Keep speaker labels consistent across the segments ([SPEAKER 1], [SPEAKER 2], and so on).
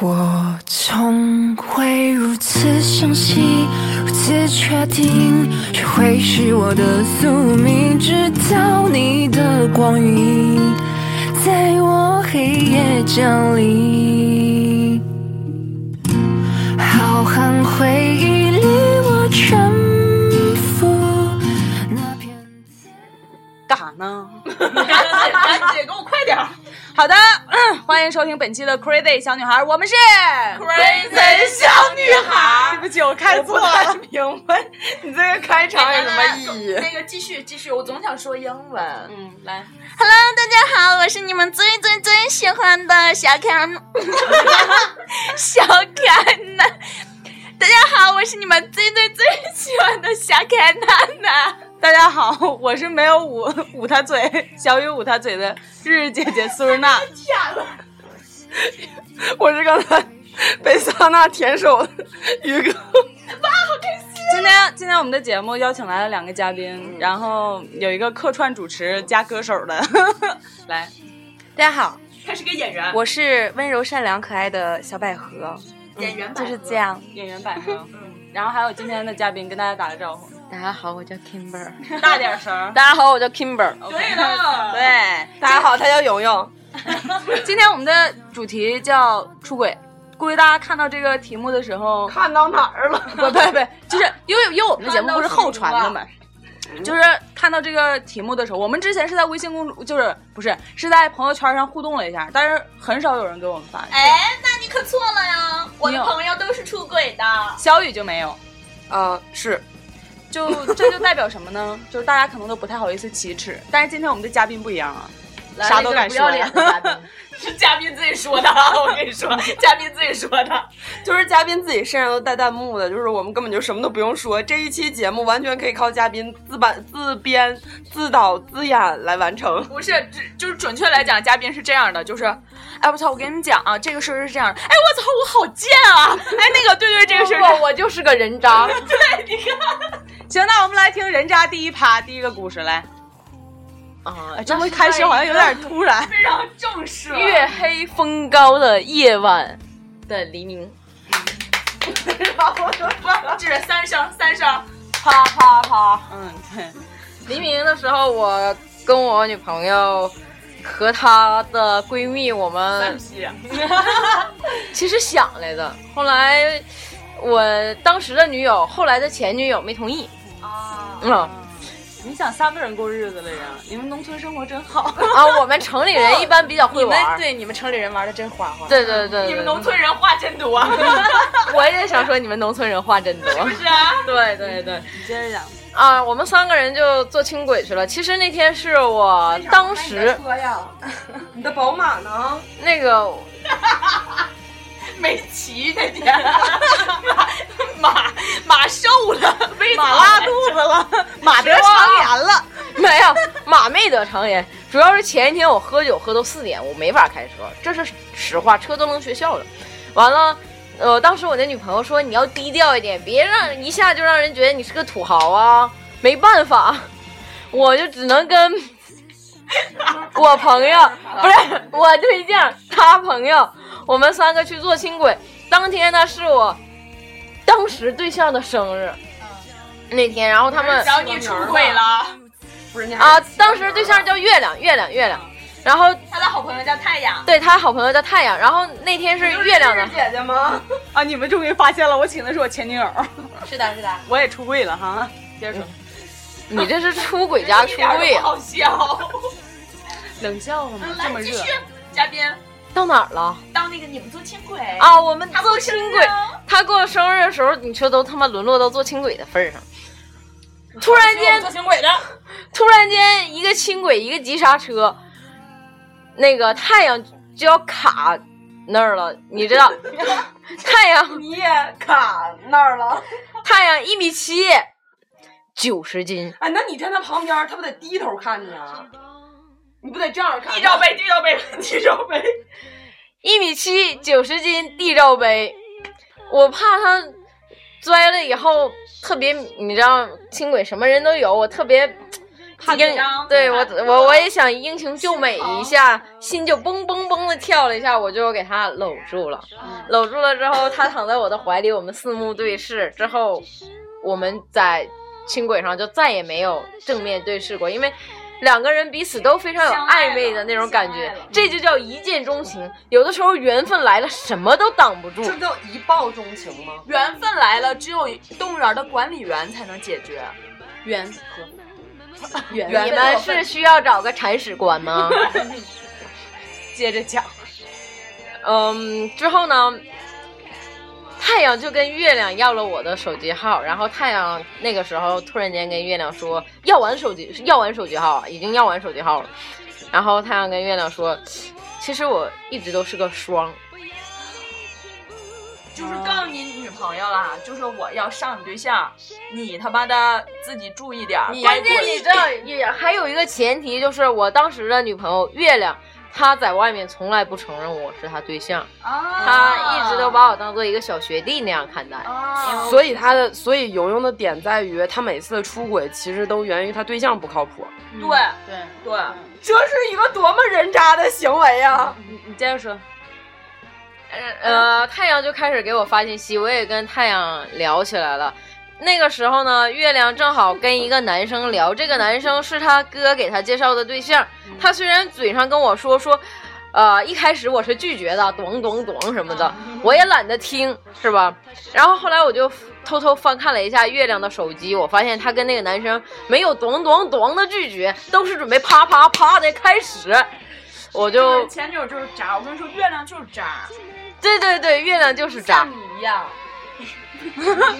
[SPEAKER 1] 我从未如此相信，如此确定，这会是我的宿命。直到你的光影，在我黑夜降临。浩瀚回忆里，我沉浮。那片
[SPEAKER 2] 干啥呢？
[SPEAKER 3] 赶紧赶紧，给我快点
[SPEAKER 2] 好的，嗯欢迎收听本期的 Crazy 小女孩，我们是。
[SPEAKER 3] ！Crazy 小女
[SPEAKER 2] 对
[SPEAKER 3] 孩，
[SPEAKER 2] 不起，我看错了。
[SPEAKER 3] 明白你这个开
[SPEAKER 2] 场有什么意义
[SPEAKER 3] 那个继续继续，我总想说英文。嗯，来，
[SPEAKER 2] Hello，大家好，我是你们最最最喜欢的小凯呢， 小凯呢。大家好，我是你们最最最喜欢的小凯娜娜。大家好，我是没有捂捂他嘴，小雨捂他嘴的日日姐姐苏日 娜。
[SPEAKER 3] 天了，
[SPEAKER 4] 我是刚才被桑娜舔手的于哥，
[SPEAKER 2] 今天今天我们的节目邀请来了两个嘉宾，然后有一个客串主持加歌手的， 来，
[SPEAKER 4] 大家好，
[SPEAKER 3] 他是个演员，
[SPEAKER 4] 我是温柔善良可爱的小百合，
[SPEAKER 3] 演员
[SPEAKER 4] 就是这。样。
[SPEAKER 2] 演员百合，然后还有今天的嘉宾跟大家打个招呼，
[SPEAKER 4] 大家好，我叫 Kimber。
[SPEAKER 2] 大点声。
[SPEAKER 4] 大家好，我叫 Kimber。
[SPEAKER 3] 对了，
[SPEAKER 2] 对，
[SPEAKER 4] 大家好，他叫蓉蓉。
[SPEAKER 2] 今天我们的主题叫出轨。估计大家看到这个题目的时候，
[SPEAKER 4] 看到哪儿了？
[SPEAKER 2] 不不不，就是因为因为我们的节目不是后传的嘛，就是看到这个题目的时候，我们之前是在微信公众，就是不是是在朋友圈上互动了一下，但是很少有人给我们发。
[SPEAKER 3] 哎，那你可错了呀！我
[SPEAKER 2] 你
[SPEAKER 3] 的
[SPEAKER 2] 有
[SPEAKER 3] 朋友都是出轨的，
[SPEAKER 2] 小雨就没有，
[SPEAKER 4] 啊，是
[SPEAKER 2] 就这就代表什么呢？ 就是大家可能都不太好意思启齿，但是今天我们的嘉宾不一样啊，
[SPEAKER 3] 来
[SPEAKER 2] 啥
[SPEAKER 3] 了一
[SPEAKER 2] 都
[SPEAKER 3] 个
[SPEAKER 2] 敢
[SPEAKER 3] 不
[SPEAKER 2] 说
[SPEAKER 3] 要脸的嘉 宾，是 嘉宾自己说的 啊，我跟你说，嘉宾自己说的。
[SPEAKER 4] 就是嘉宾自己身上都带弹幕的，就是我们根本就什么都不用说，这一期节目完全可以靠嘉宾自版自编自导自演来完成。
[SPEAKER 3] 不是，只就是准确来讲，嘉宾是这样的，就是，哎，我操，我跟你们讲啊，这个事儿是这样的，哎，我操，我好贱啊，哎，那个，对对，这个事儿是，
[SPEAKER 4] 我就是个 人渣。
[SPEAKER 2] 行，那我们来听人渣第一趴第一个故事来。
[SPEAKER 4] 啊
[SPEAKER 2] 哎，这么一开始好像有点突然。
[SPEAKER 3] 非常正式了，
[SPEAKER 5] 月黑风高的夜晚的黎明，
[SPEAKER 3] 这是三声三声，
[SPEAKER 2] 啪啪啪，嗯，对，
[SPEAKER 5] 黎明的时候，我跟我女朋友和她的闺蜜，我们
[SPEAKER 3] 批，
[SPEAKER 5] 其实想来的。后来我当时的女友，后来的前女友没同意。
[SPEAKER 3] 啊，
[SPEAKER 5] 嗯啊，
[SPEAKER 2] 你想三个人过日子了呀？你们农村生活真好。
[SPEAKER 5] 啊我们城里人一般比较会
[SPEAKER 4] 你们
[SPEAKER 5] 玩儿。
[SPEAKER 4] 对你们城里人玩的真花花。
[SPEAKER 5] 对对对对，
[SPEAKER 3] 你们
[SPEAKER 5] 对
[SPEAKER 3] 农，村人话真 多，
[SPEAKER 5] 我也想说你们农村人话真多。
[SPEAKER 3] 是啊，
[SPEAKER 5] 对对对，
[SPEAKER 2] 你接着讲，
[SPEAKER 5] 啊，我们三个人就坐轻轨去了。其实那天是我当时
[SPEAKER 4] 车呀，你的宝马呢？
[SPEAKER 5] 那个
[SPEAKER 3] 没骑那天， 马马马瘦了，被
[SPEAKER 2] 马拉肚子了，马得肠炎了。
[SPEAKER 5] 没有，马没得肠炎，主要是前一天我喝酒喝到四点，我没法开车，这是实话，车都能学校了。完了，呃，当时我那女朋友说你要低调一点，别让一下就让人觉得你是个土豪啊。没办法，我就只能跟我朋友，不是我对象，他朋友，我们三个去坐轻轨。当天呢是我当时对象的生日，那天，然后他们
[SPEAKER 3] 然后你出轨了，
[SPEAKER 5] 啊，当时对象叫月亮，月亮，月亮。然后
[SPEAKER 3] 他的好朋友叫太阳，
[SPEAKER 5] 对他好朋友叫太阳，然后那天是月亮的，
[SPEAKER 4] 姐姐吗？
[SPEAKER 2] 啊，你们终于发现了，我请的是我前女友，
[SPEAKER 3] 是的，是的，嗯
[SPEAKER 2] 我也出柜了哈。接着说，
[SPEAKER 5] 你这是出轨加
[SPEAKER 3] 一
[SPEAKER 5] 出
[SPEAKER 3] 点儿
[SPEAKER 5] 柜
[SPEAKER 3] 都不
[SPEAKER 5] 啊？
[SPEAKER 3] 好笑。嗯
[SPEAKER 2] 冷笑话吗？这么
[SPEAKER 3] 来，继
[SPEAKER 2] 热
[SPEAKER 3] 续，嘉宾，
[SPEAKER 5] 到哪儿了？
[SPEAKER 3] 当那个你们坐轻轨啊
[SPEAKER 5] 啊，我们
[SPEAKER 3] 他
[SPEAKER 5] 坐
[SPEAKER 3] 过
[SPEAKER 5] 轻
[SPEAKER 3] 生日
[SPEAKER 5] 轨，
[SPEAKER 3] 啊
[SPEAKER 5] 他过我生日的时候，你却都他妈沦落到坐轻轨的份儿上。突然间，
[SPEAKER 3] 坐轻轨的，
[SPEAKER 5] 突然间一个轻轨一个急刹车，那个太阳就要卡那儿了，你 知道？太阳
[SPEAKER 4] 你也卡那儿了？
[SPEAKER 5] 太阳一米七，九十斤，
[SPEAKER 4] 哎，那你站在旁边，他不得低头看你啊？你不得这样看他？
[SPEAKER 3] 地罩杯，地罩杯，地罩杯，
[SPEAKER 5] 一米七，九十斤，地罩杯。我怕他摔了以后特别，你知道轻轨什么人都有，我特别
[SPEAKER 4] 怕
[SPEAKER 5] 应
[SPEAKER 4] 紧张，哦
[SPEAKER 5] 对我我我也想英雄救美一下，心就蹦蹦蹦的跳了一下，我就给他搂住了，搂住了之后，他躺在我的怀里，我们四目对视，之后我们在轻轨上就再也没有正面对视过，因为。两个人彼此都非常有暧昧的那种感觉，这就叫一见钟情。有的时候缘分来了，什么都挡不住。
[SPEAKER 4] 这不叫一报钟情吗？
[SPEAKER 6] 缘分来了，只有动物园的管理员才能解决。
[SPEAKER 5] 缘
[SPEAKER 6] 缘
[SPEAKER 5] 你们是需要找个铲屎官吗？
[SPEAKER 6] 接着讲，
[SPEAKER 5] 嗯，之后呢，太阳就跟月亮要了我的手机号，然后太阳那个时候突然间跟月亮说要完手机，要完手机号啊，已经要完手机号了。然后太阳跟月亮说，其实我一直都是个双，
[SPEAKER 6] 就是告诉你女朋友啦，就是我要上你对象，你他妈的自己注意点儿。该
[SPEAKER 5] 啊关键
[SPEAKER 6] 滚
[SPEAKER 5] 你知道也还有一个前提，就是我当时的女朋友月亮，她在外面从来不承认我是她对象，
[SPEAKER 6] 啊，
[SPEAKER 5] 她一直都把我当做一个小学弟那样看待。
[SPEAKER 6] 啊
[SPEAKER 4] 所以他的，所以游泳的点在于，他每次的出轨其实都源于他对象不靠谱。
[SPEAKER 6] 对对对，
[SPEAKER 4] 这是一个多么人渣的行为啊！
[SPEAKER 5] 你接着说。呃，太阳就开始给我发信息，我也跟太阳聊起来了。那个时候呢，月亮正好跟一个男生聊，这个男生是他哥给他介绍的对象。他虽然嘴上跟我说说，呃，一开始我是拒绝的，咚咚咚什么的，我也懒得听，嗯是 吧？然后后来我就偷偷翻看了一下月亮的手机，我发现他跟那个男生没有咚咚咚的拒绝，都是准备啪啪啪的开始。我就
[SPEAKER 6] 前女友就是渣，我跟你说，月亮就是渣，
[SPEAKER 2] 啊
[SPEAKER 5] 对对对，月亮就是渣
[SPEAKER 6] 像。你 一样。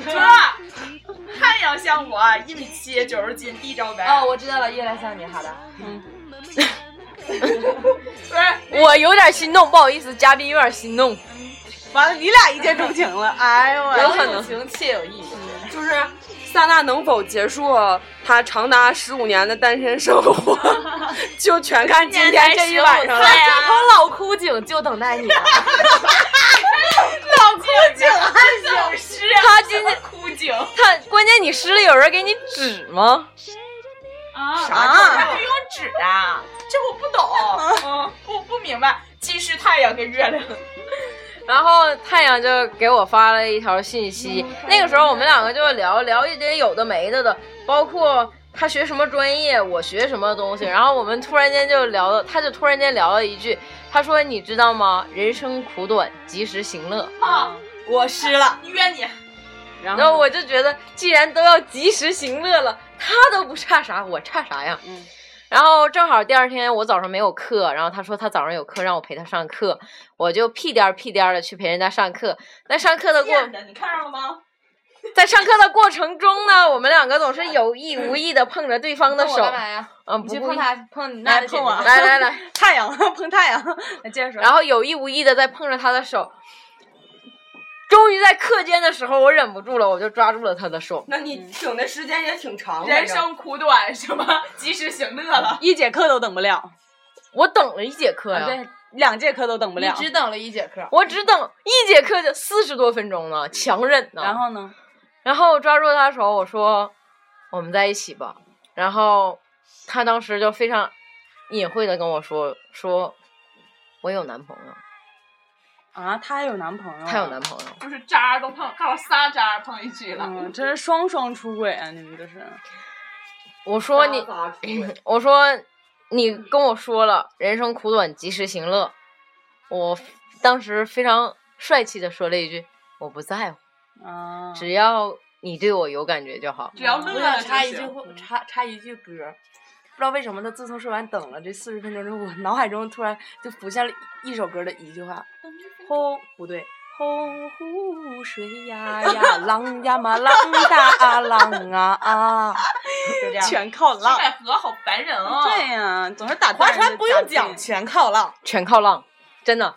[SPEAKER 6] 哥，太阳像我一米七，九十斤，地招白。哦，我知道了，月亮像你，好的。
[SPEAKER 5] 我有点心动，不好意思，嘉宾有点心动。
[SPEAKER 2] 完了，你俩一见钟情了，哎呦我
[SPEAKER 5] 有可能
[SPEAKER 6] 情且有意，
[SPEAKER 4] 就是萨娜能否结束他长达十五年的单身生 活，就全看今天这一晚上了。
[SPEAKER 6] 哎啊
[SPEAKER 5] 头老枯井就等待你 了。
[SPEAKER 2] 哎
[SPEAKER 6] 老师
[SPEAKER 5] 他今天
[SPEAKER 6] 枯井
[SPEAKER 5] 他关键你湿了，有人给你纸吗？
[SPEAKER 6] 啊
[SPEAKER 2] 啥
[SPEAKER 6] 还会用纸啊？这我不 懂，嗯，不不明白。既是太阳跟月亮，
[SPEAKER 5] 然后太阳就给我发了一条信息，
[SPEAKER 6] 嗯
[SPEAKER 5] 那个时候我们两个就聊聊一堆有的没的的，包括他学什么专业，我学什么 东西。然后我们突然间就聊了，他就突然间聊了一句，他说：“你知道吗？人生苦短，及时行乐。”
[SPEAKER 6] 啊，
[SPEAKER 2] 我湿了，
[SPEAKER 6] 约你。
[SPEAKER 2] 啊
[SPEAKER 4] 然
[SPEAKER 5] 然后
[SPEAKER 4] 后
[SPEAKER 5] 我就觉得，既然都要及时行乐了，他都不差啥，我差啥呀？
[SPEAKER 4] 嗯
[SPEAKER 5] 然后正好第二天我早上没有课，然后他说他早上有课，让我陪他上课，我就屁颠儿屁颠儿的去陪人家上课。在上 课的过
[SPEAKER 6] 骗的，你看上了吗？
[SPEAKER 5] 在上课的过程中呢，我们两个总是有意无意的碰着对 方的手，
[SPEAKER 2] 呀？
[SPEAKER 5] 嗯，不故意，
[SPEAKER 2] 碰你
[SPEAKER 5] 来
[SPEAKER 2] 的
[SPEAKER 5] 碰
[SPEAKER 2] 姐
[SPEAKER 5] 我，
[SPEAKER 2] 姐
[SPEAKER 5] 来来来，
[SPEAKER 2] 太阳，碰太阳，啊来接着说。
[SPEAKER 5] 然后有意无意的在碰着他的手。终于在课间的时候，我忍不住了，我就抓住了他的手。
[SPEAKER 4] 那你挺的时间也挺长
[SPEAKER 6] 人生苦短，什么及时行乐了。啊
[SPEAKER 2] 一节课都等不了，
[SPEAKER 5] 我等了一节课
[SPEAKER 2] 啊
[SPEAKER 5] 呀，
[SPEAKER 2] 两节课都等不了。
[SPEAKER 5] 等了一节课，我只等一节课就四十多分钟呢，强忍呢。
[SPEAKER 2] 然后呢？
[SPEAKER 5] 然后我抓住他的手，我说：“我们在一起吧。”然后他当时就非常隐晦的跟我说：“说我有男朋友，
[SPEAKER 2] 啊，她还有男朋友？
[SPEAKER 5] 他有男。朋友。
[SPEAKER 6] 就是渣都碰，看我仨渣碰一起了。
[SPEAKER 2] 嗯，这是双双出轨啊！你们这是，”
[SPEAKER 5] 我说你，我说你跟我说了，人生苦短，及时行乐。我当时非常帅气的说了一句：“我不在乎，
[SPEAKER 2] 啊，
[SPEAKER 5] 只要你对我有感觉就好。”
[SPEAKER 6] 只要
[SPEAKER 2] 嗯
[SPEAKER 6] 乐
[SPEAKER 7] 我
[SPEAKER 6] 了
[SPEAKER 7] 想
[SPEAKER 6] 就
[SPEAKER 7] 插一
[SPEAKER 6] 行
[SPEAKER 7] 句，话，插插一句歌儿，不知道为什么他自从说完等了这四十分钟之后，我脑海中突然就浮现了一一首歌的一句话：红不对，红湖水呀 呀，浪呀嘛浪大啊浪啊啊，就这样。
[SPEAKER 2] 全靠
[SPEAKER 6] 西
[SPEAKER 2] 浪。
[SPEAKER 6] 百合好烦人哦。
[SPEAKER 2] 啊对呀、
[SPEAKER 7] 啊
[SPEAKER 2] 总是打
[SPEAKER 7] 划船不用讲，
[SPEAKER 2] 去。
[SPEAKER 7] 全靠浪。
[SPEAKER 5] 全靠浪，真的。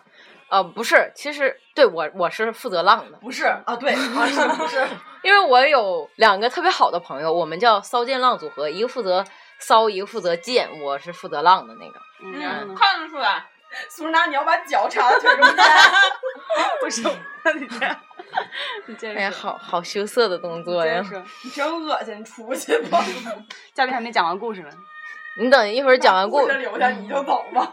[SPEAKER 5] 呃，不是，其实对我我是负责浪的，
[SPEAKER 7] 不是啊， 对，啊是不是？
[SPEAKER 5] 因为我有两个特别好的朋友，我们叫骚剑浪组合，一个负责骚，一个负责剑，我是负责浪的那个。
[SPEAKER 2] 嗯然后
[SPEAKER 6] 嗯，
[SPEAKER 2] 呢
[SPEAKER 6] 看得出来。
[SPEAKER 7] 苏珊娜，你要把脚插到腿中间。
[SPEAKER 2] 不是，我的天你接着
[SPEAKER 5] 哎呀，
[SPEAKER 2] 说，
[SPEAKER 5] 好好羞涩的动作
[SPEAKER 2] 接着
[SPEAKER 5] 呀！
[SPEAKER 2] 说，
[SPEAKER 4] 你真恶心，出去 吧！
[SPEAKER 2] 嘉宾还没讲完故事呢。
[SPEAKER 5] 你等一会儿讲完 故
[SPEAKER 4] 故事留下你就走吧。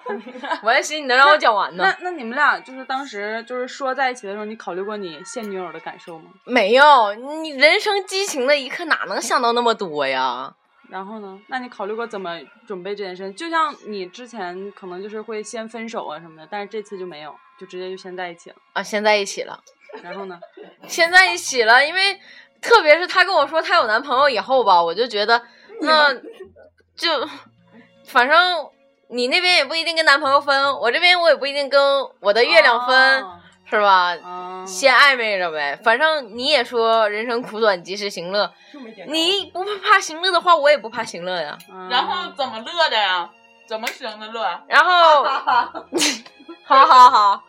[SPEAKER 5] 我还寻思你能让我讲完呢
[SPEAKER 2] 那，那你们俩就是当时就是说在一起的时候，你考虑过你现女友的感受吗？
[SPEAKER 5] 没有，你人生激情的一刻哪能想到那么多呀？
[SPEAKER 2] 然后呢？那你考虑过怎么准备这件事？就像你之前可能就是会先分手啊什么的，但是这次就没有，就直接就先在一起了。
[SPEAKER 5] 啊，现在一起了，
[SPEAKER 2] 然 后呢？
[SPEAKER 5] 现在一起了，因为特别是她跟我说她有男朋友以后吧，我就觉得那就反正你那边也不一定跟男朋友分，我这边我也不一定跟我的月亮分，
[SPEAKER 2] 哦
[SPEAKER 5] 是吧？
[SPEAKER 2] 啊，
[SPEAKER 5] 先暧昧着呗，反正你也说人生苦短，及时行乐。你不怕行乐的话，我也不怕行乐呀。
[SPEAKER 2] 啊
[SPEAKER 6] 然后怎么乐的呀？怎么生的乐？
[SPEAKER 5] 然后， 好好好，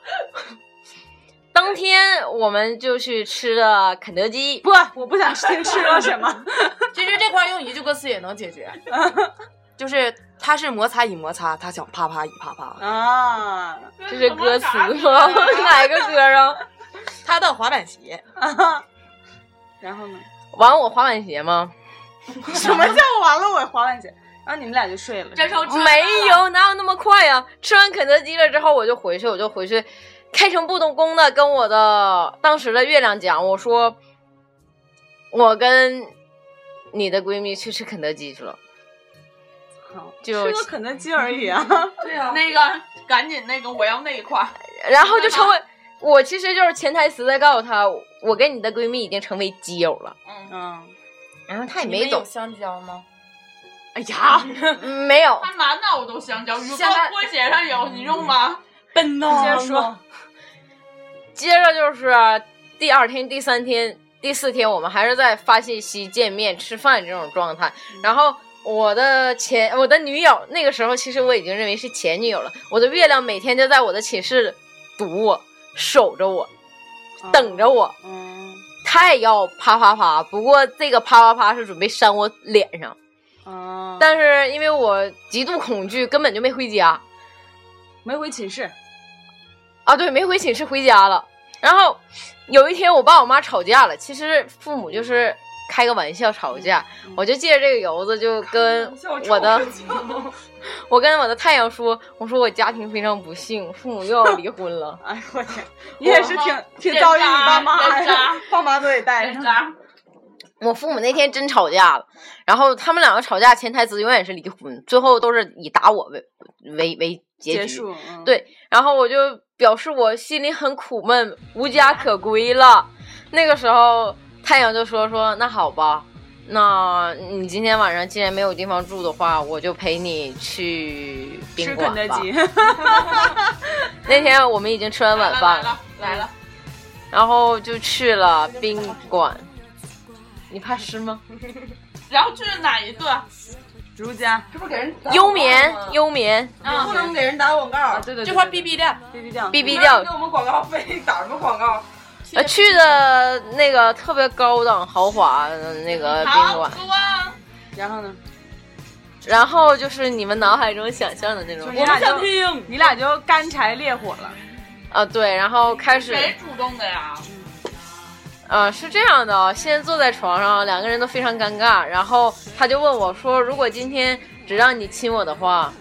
[SPEAKER 5] 当天我们就去吃了肯德基，
[SPEAKER 2] 不，我不想听吃了什 么。
[SPEAKER 7] 其实这块儿用一句歌词也能解决，就是他是摩擦以摩擦，他想啪啪以啪啪。
[SPEAKER 2] 啊，
[SPEAKER 5] 这是歌词吗？ 哪个歌啊？
[SPEAKER 7] 他的滑板鞋，
[SPEAKER 2] 然 后呢？
[SPEAKER 5] 完我滑板鞋吗？
[SPEAKER 2] 什么叫完了我滑板鞋？然后你们俩就睡了。
[SPEAKER 7] 这时候
[SPEAKER 6] 啊
[SPEAKER 5] 没有，哪有那么快呀、吃完肯德基了之后，我就回去，我就回去，开诚布公的跟我的当时的月亮讲，我说，我跟你的闺蜜去吃肯德基去了，
[SPEAKER 2] 好
[SPEAKER 5] 就
[SPEAKER 2] 吃个肯德基而已 啊。
[SPEAKER 6] 那个赶紧那个，我要那一块儿。
[SPEAKER 5] 然后就成为我其实就是潜台词在告诉她，我跟你的闺蜜已经成为基友了，
[SPEAKER 2] 嗯，
[SPEAKER 5] 然后啊她也
[SPEAKER 7] 你们
[SPEAKER 5] 没
[SPEAKER 7] 有
[SPEAKER 5] 懂，
[SPEAKER 7] 香蕉吗？
[SPEAKER 6] 哎 呀，
[SPEAKER 5] 嗯没有，
[SPEAKER 6] 他满脑都香蕉，你
[SPEAKER 7] 现在
[SPEAKER 6] 说拖鞋上有你用吗？
[SPEAKER 2] 嗯笨呐！接着说，
[SPEAKER 5] 接着就是第二天、第三天、第四天，我们还是在发信息、见面、吃饭这种状态。然后我的前我的女友那个时候，其实我已经认为是前女友了。我的月亮每天就在我的寝室堵我、守着我、等着我，
[SPEAKER 2] 嗯。
[SPEAKER 5] 她也要啪啪啪。不过这个啪啪啪是准备扇我脸上，
[SPEAKER 2] 嗯，
[SPEAKER 5] 但是因为我极度恐惧，根本就没回家。
[SPEAKER 2] 没回寝室。。
[SPEAKER 5] 啊，对，没回寝室，回家了。然后有一天，我爸我妈吵架了。其实父母就是开个玩笑吵架，我就借着这个由子，就跟我的， 我跟我的太阳说，我说我家庭非常不幸，父母又要离婚了
[SPEAKER 2] 哎呦我天， 你也是挺挺遭遇你爸妈呀，爸妈都得带上。
[SPEAKER 5] 我父母那天真吵架了，然后他们两个吵架前台词永远是离婚，最后都是以打我为为为结局。
[SPEAKER 2] 结束。嗯，
[SPEAKER 5] 对，然后我就表示我心里很苦闷，无家可归了。那个时候，太阳就说说那好吧，那你今天晚上既然没有地方住的话，我就陪你去宾
[SPEAKER 2] 吃
[SPEAKER 5] 馆
[SPEAKER 2] 肯德
[SPEAKER 5] 吧
[SPEAKER 2] 基。
[SPEAKER 5] 那天我们已经吃完晚饭了，
[SPEAKER 6] 来了，
[SPEAKER 5] 然后就去了宾馆。你怕湿吗？
[SPEAKER 6] 然后去哪一个？
[SPEAKER 2] 如家
[SPEAKER 5] 优眠，优眠
[SPEAKER 6] 啊，
[SPEAKER 4] 能给人打广告
[SPEAKER 2] 啊，，对对，
[SPEAKER 7] 这块儿 BB 的，
[SPEAKER 2] 嗯 B B 酱，
[SPEAKER 5] ，B B 掉。
[SPEAKER 4] 给我们广告费，打什么广告？
[SPEAKER 5] 呃，去的那个特别高档豪华的那个宾
[SPEAKER 6] 好
[SPEAKER 5] 馆，
[SPEAKER 6] 说啊，
[SPEAKER 2] 然后呢？
[SPEAKER 5] 然后就是你们脑海中想象的那种
[SPEAKER 2] 我们想听，你俩就干柴烈火了。
[SPEAKER 5] 啊，对，然后开始，
[SPEAKER 6] 谁主动的呀？
[SPEAKER 5] 呃，是这样的啊，先坐在床上，两个人都非常尴尬，然后他就问我说，如果今天只让你亲我的话，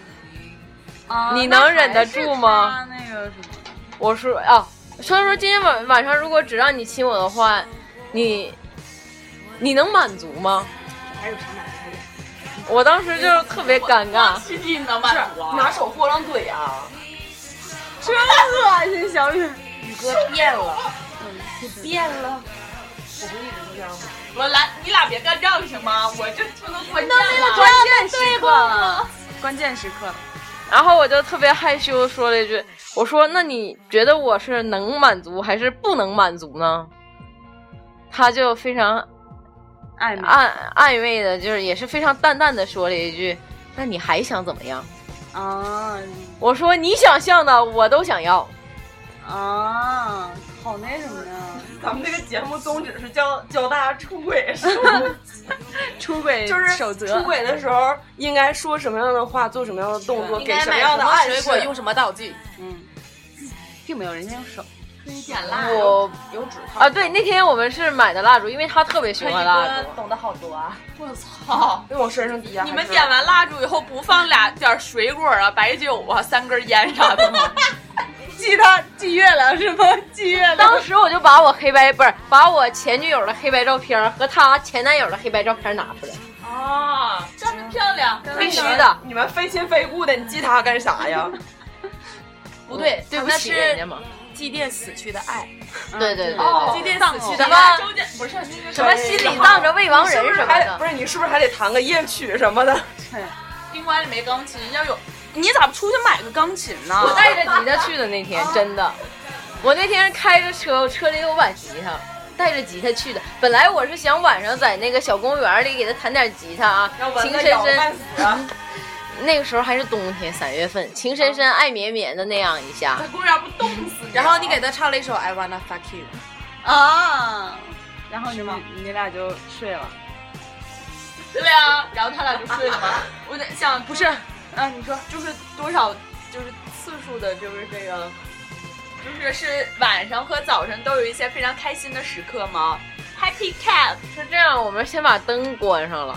[SPEAKER 2] 啊
[SPEAKER 5] 你能忍得住吗？
[SPEAKER 2] 那还是他那个什么，
[SPEAKER 5] 我说啊，所以说今天晚晚上如果只让你亲我的话，你你能满足吗？我当时就特别尴尬，
[SPEAKER 6] 亲亲能满足啊？
[SPEAKER 7] 拿手豁上嘴啊！
[SPEAKER 2] 真恶心，小雨。
[SPEAKER 7] 宇哥变了，你变了。
[SPEAKER 6] 我来，你俩别干仗行吗？我这不能关键
[SPEAKER 2] 关
[SPEAKER 6] 了。
[SPEAKER 2] 键时刻了，关键时刻了。
[SPEAKER 5] 然后我就特别害羞地说了一句，我说那你觉得我是能满足还是不能满足呢？他就非常
[SPEAKER 2] 暧昧
[SPEAKER 5] 暧暧昧的，就是也是非常淡淡的说了一句：“那你还想怎么样
[SPEAKER 2] 啊？”
[SPEAKER 5] 我说：“你想象的我都想要。
[SPEAKER 2] 啊，好那什么呀，
[SPEAKER 4] 咱们这个节目宗旨是教教大家出轨，
[SPEAKER 2] 出轨
[SPEAKER 4] 就是
[SPEAKER 2] 守则。
[SPEAKER 4] 出轨的时候应该说什么样的话，做什么样的动作，
[SPEAKER 7] 应
[SPEAKER 4] 给
[SPEAKER 7] 该
[SPEAKER 4] 么
[SPEAKER 7] 买
[SPEAKER 4] 样的暗
[SPEAKER 7] 水
[SPEAKER 4] 示
[SPEAKER 7] 果，。用什么道具？
[SPEAKER 2] 嗯，并没有，人家用手。
[SPEAKER 6] 点蜡
[SPEAKER 5] 我
[SPEAKER 6] 油纸
[SPEAKER 5] 啊，对，那天我们是买的蜡烛，因为他特别喜
[SPEAKER 7] 他
[SPEAKER 5] 欢
[SPEAKER 7] 宇
[SPEAKER 5] 蜡
[SPEAKER 7] 哥
[SPEAKER 5] 烛。
[SPEAKER 7] 懂得好多啊，
[SPEAKER 6] 我操！
[SPEAKER 7] 又往身上滴啊！
[SPEAKER 6] 你
[SPEAKER 7] 还
[SPEAKER 6] 们
[SPEAKER 7] 是
[SPEAKER 6] 点完蜡烛以后不放俩点儿水果啊、白酒啊、三根烟啥 的吗？
[SPEAKER 8] 记他记月亮是吗？记月亮。
[SPEAKER 5] 当时我就把我黑白不是把我前女友的黑白照片儿和她前男友的黑白照片儿拿出来，
[SPEAKER 6] 啊，这么漂亮，
[SPEAKER 5] 必须的。
[SPEAKER 4] 你们非亲非故的，你记他干啥呀？
[SPEAKER 7] 不对，
[SPEAKER 5] 对不
[SPEAKER 7] 那
[SPEAKER 5] 起人
[SPEAKER 7] 是
[SPEAKER 5] 家嘛。
[SPEAKER 7] 祭奠死去的爱，
[SPEAKER 5] 对对对
[SPEAKER 6] 哦
[SPEAKER 5] 对，
[SPEAKER 7] 祭奠死去的
[SPEAKER 5] 什么
[SPEAKER 7] 爱。
[SPEAKER 6] 周杰不是
[SPEAKER 5] 什么心里荡着未亡人什么
[SPEAKER 4] 还得
[SPEAKER 5] 的
[SPEAKER 4] 不。是你是不是还得弹个夜曲什么的？
[SPEAKER 6] 宾馆里没钢琴，要有你咋不出去买个钢琴呢？
[SPEAKER 5] 我带着吉他去的那天，真的，我那天是开着车，我车里有把吉他，带着吉他去的。本来我是想晚上在那个小公园里给他弹点吉他啊，情深深。那个时候还是冬天，三月份，情深深爱绵绵的那样一下。
[SPEAKER 6] 公园不冻死你？
[SPEAKER 7] 然后你给他唱了一首《I Wanna Fuck You》，
[SPEAKER 6] 啊，
[SPEAKER 2] 然后你们你俩就睡了。
[SPEAKER 6] 对啊，然后他俩就睡了吗？ 我在想，不是，啊，你说就是多少，就是次数的，就是这个，就是是晚上和早晨都有一些非常开心的时刻吗？Happy cat，
[SPEAKER 5] 是这样，我们先把灯关上了。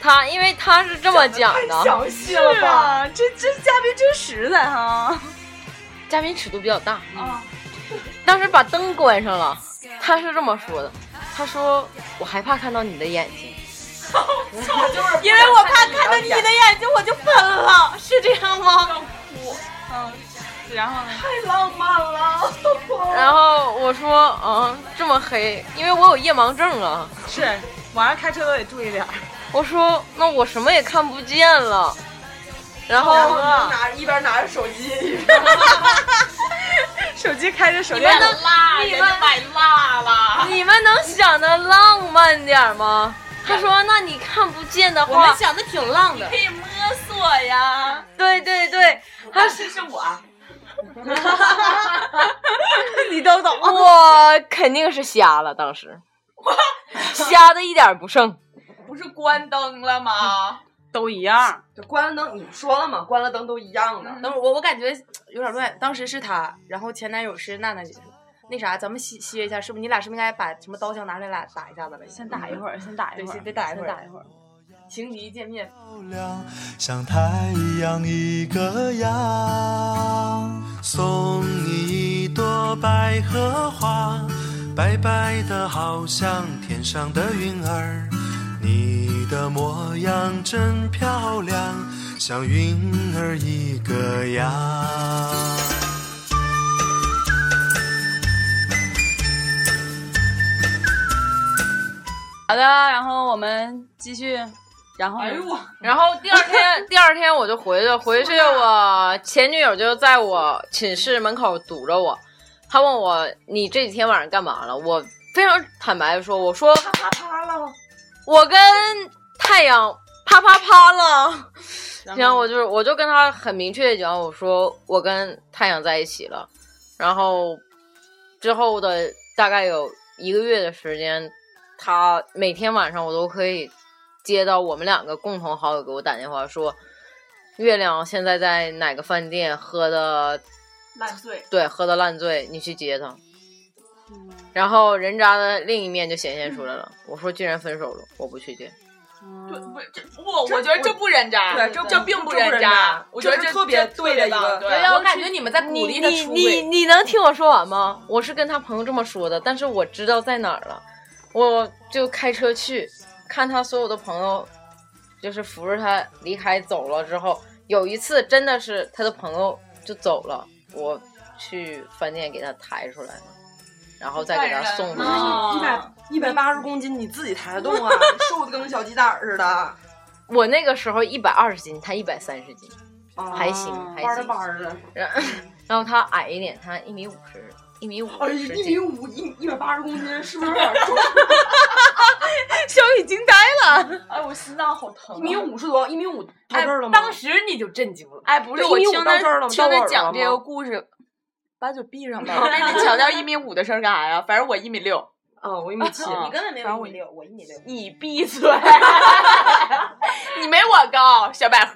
[SPEAKER 5] 他因为他是这么讲的，
[SPEAKER 4] 详细了吧？
[SPEAKER 2] 啊，这这嘉宾真实在 哈。
[SPEAKER 5] 嘉宾尺度比较大。嗯
[SPEAKER 7] 啊
[SPEAKER 5] 当时把灯关上了，他是这么说的：“他说我害怕看到你的眼睛。”
[SPEAKER 6] 因为我怕看到你的眼睛，我就喷了，嗯是 这样吗？
[SPEAKER 5] 然后我说，嗯，这么黑，因为我有夜盲症啊。
[SPEAKER 2] 是，晚上开车都得注意点儿。
[SPEAKER 5] 我说，那我什么也看不见了。然后
[SPEAKER 4] 然后
[SPEAKER 7] 啊
[SPEAKER 4] 拿一边拿着手机一边
[SPEAKER 2] 手机开着手
[SPEAKER 5] 你
[SPEAKER 2] 电
[SPEAKER 5] 们
[SPEAKER 2] 筒，
[SPEAKER 5] 能
[SPEAKER 6] 辣，人家买辣了。
[SPEAKER 5] 你们能想的浪漫点儿吗？他说，那你看不见的话，
[SPEAKER 7] 想的挺浪的
[SPEAKER 6] 可。以摸索呀。
[SPEAKER 5] 对对对，他
[SPEAKER 6] 这是啊我，
[SPEAKER 5] 你都懂。我肯定是瞎了，当时瞎的一点儿不剩。
[SPEAKER 6] 不是关灯了吗？
[SPEAKER 2] 都一样。
[SPEAKER 4] 就关了灯，你不说了吗？关了灯都一样的。
[SPEAKER 7] 等会儿 我我感觉有点乱，当时是他，然后前男友是娜娜姐。那啥，咱们歇歇一下，是不是？你俩是不是应该把什么刀枪拿出来俩打一下子了？
[SPEAKER 2] 先打一会儿，先打一
[SPEAKER 7] 对
[SPEAKER 2] 会儿，
[SPEAKER 7] 先得打一会儿
[SPEAKER 2] 先打一会儿。
[SPEAKER 7] 情敌见面，
[SPEAKER 9] 亮，像太阳一个样。送你一朵百合花，白白的，好像天上的云儿。你的模样真漂亮，像云儿一个样。
[SPEAKER 2] 好的，然后我们继续，然
[SPEAKER 4] 哎
[SPEAKER 6] 哎
[SPEAKER 2] 后呢
[SPEAKER 5] 然后第二天，第二天我就回去了，回去我前女友就在我寝室门口堵着我，她问我你这几天晚上干嘛了？我非常坦白的说，我说啪啪啪了，我跟太阳啪啪啪了。然后我就是我就跟她很明确的讲，我说我跟太阳在一起了。然后之后的大概有一个月的时间，他每天晚上我都可以接到我们两个共同好友给我打电话说，月亮现在在哪个饭店喝的
[SPEAKER 6] 烂醉。
[SPEAKER 5] 对喝的烂醉，你去接他。然后人渣的另一面就显现出来了。我说，既然分手了，我不去接。
[SPEAKER 6] 不不，这我我觉得这不人渣，
[SPEAKER 4] 对这不
[SPEAKER 6] 这并
[SPEAKER 4] 这不
[SPEAKER 6] 人
[SPEAKER 4] 人渣
[SPEAKER 6] 我觉得
[SPEAKER 4] 这
[SPEAKER 6] 这
[SPEAKER 4] 是特别
[SPEAKER 6] 这
[SPEAKER 4] 对的一个
[SPEAKER 6] 棒对
[SPEAKER 7] 对呀，我感觉你们在鼓
[SPEAKER 5] 你
[SPEAKER 7] 励他
[SPEAKER 5] 你
[SPEAKER 7] 出
[SPEAKER 5] 你
[SPEAKER 7] 轨。
[SPEAKER 5] 你能听我说完吗？我是跟他朋友这么说的，但是我知道在哪儿了，我就开车去看他所有的朋友，就是扶着他离开走了之后，有一次真的是他的朋友就走了，我去饭店给他抬出来了，然后再给他
[SPEAKER 7] 啊
[SPEAKER 5] 送回
[SPEAKER 4] 不
[SPEAKER 5] 去
[SPEAKER 4] 是。你
[SPEAKER 6] 哦
[SPEAKER 4] 一百一百八十公斤，你自己抬得动 啊？瘦的跟个小鸡蛋儿似的，啊
[SPEAKER 5] 我那个时候一百二十斤，他一百三十斤，还
[SPEAKER 4] 还
[SPEAKER 5] 行还
[SPEAKER 4] 巴儿的
[SPEAKER 5] 行
[SPEAKER 4] 巴。儿的。
[SPEAKER 5] 然后 然后他矮一点，他一米五十，一米五
[SPEAKER 4] 哎呀，
[SPEAKER 5] 十
[SPEAKER 4] 一
[SPEAKER 5] 斤
[SPEAKER 4] 米。五一一百八十公斤，是不是有 点重？
[SPEAKER 5] 小雨惊呆了。
[SPEAKER 6] 哎，我心脏好疼啊。
[SPEAKER 4] 一米五是多少？一米五到
[SPEAKER 7] 哎
[SPEAKER 4] 这儿了，吗？
[SPEAKER 7] 当时你就震惊了，
[SPEAKER 6] 哎，不是
[SPEAKER 4] 对
[SPEAKER 6] 我
[SPEAKER 4] 一米五
[SPEAKER 6] 听
[SPEAKER 4] 到
[SPEAKER 6] 他
[SPEAKER 4] 这儿了吗
[SPEAKER 6] 听
[SPEAKER 4] 到耳
[SPEAKER 6] 他
[SPEAKER 4] 朵
[SPEAKER 6] 讲
[SPEAKER 4] 了
[SPEAKER 6] 这个
[SPEAKER 4] 吗
[SPEAKER 6] 故事，
[SPEAKER 7] 把嘴闭上吧。
[SPEAKER 5] 哎
[SPEAKER 6] 那你强调一米五的事儿干啥呀？反正我一米六，
[SPEAKER 4] 嗯，我一米七，
[SPEAKER 7] 啊
[SPEAKER 5] 你根本没
[SPEAKER 7] 反
[SPEAKER 5] 有
[SPEAKER 7] 正
[SPEAKER 5] 一米
[SPEAKER 7] 我
[SPEAKER 5] 六，我一米六。
[SPEAKER 2] 你闭嘴！ 你没我高，小百合。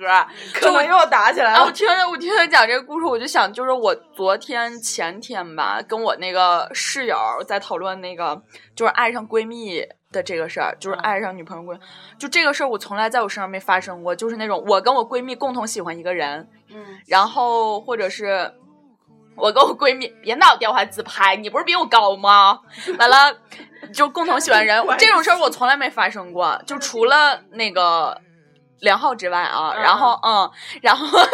[SPEAKER 4] 可能又打起来
[SPEAKER 2] 啊，我
[SPEAKER 4] 了。
[SPEAKER 2] 听着我听他讲这个故事，我就想，就是我昨天前天吧，跟我那个室友在讨论那个，就是爱上闺蜜的这个事儿，
[SPEAKER 7] 嗯
[SPEAKER 2] 就是爱上女朋友闺，就这个事儿我从来在我身上没发生过，就是那种我跟我闺蜜共同喜欢一个人，嗯，然后或者是。我跟我闺蜜别闹电话自拍，你不是比我高吗？完了，就共同喜欢 人这种事儿我从来没发生过，就除了那个梁浩之外啊，然后嗯，然后 我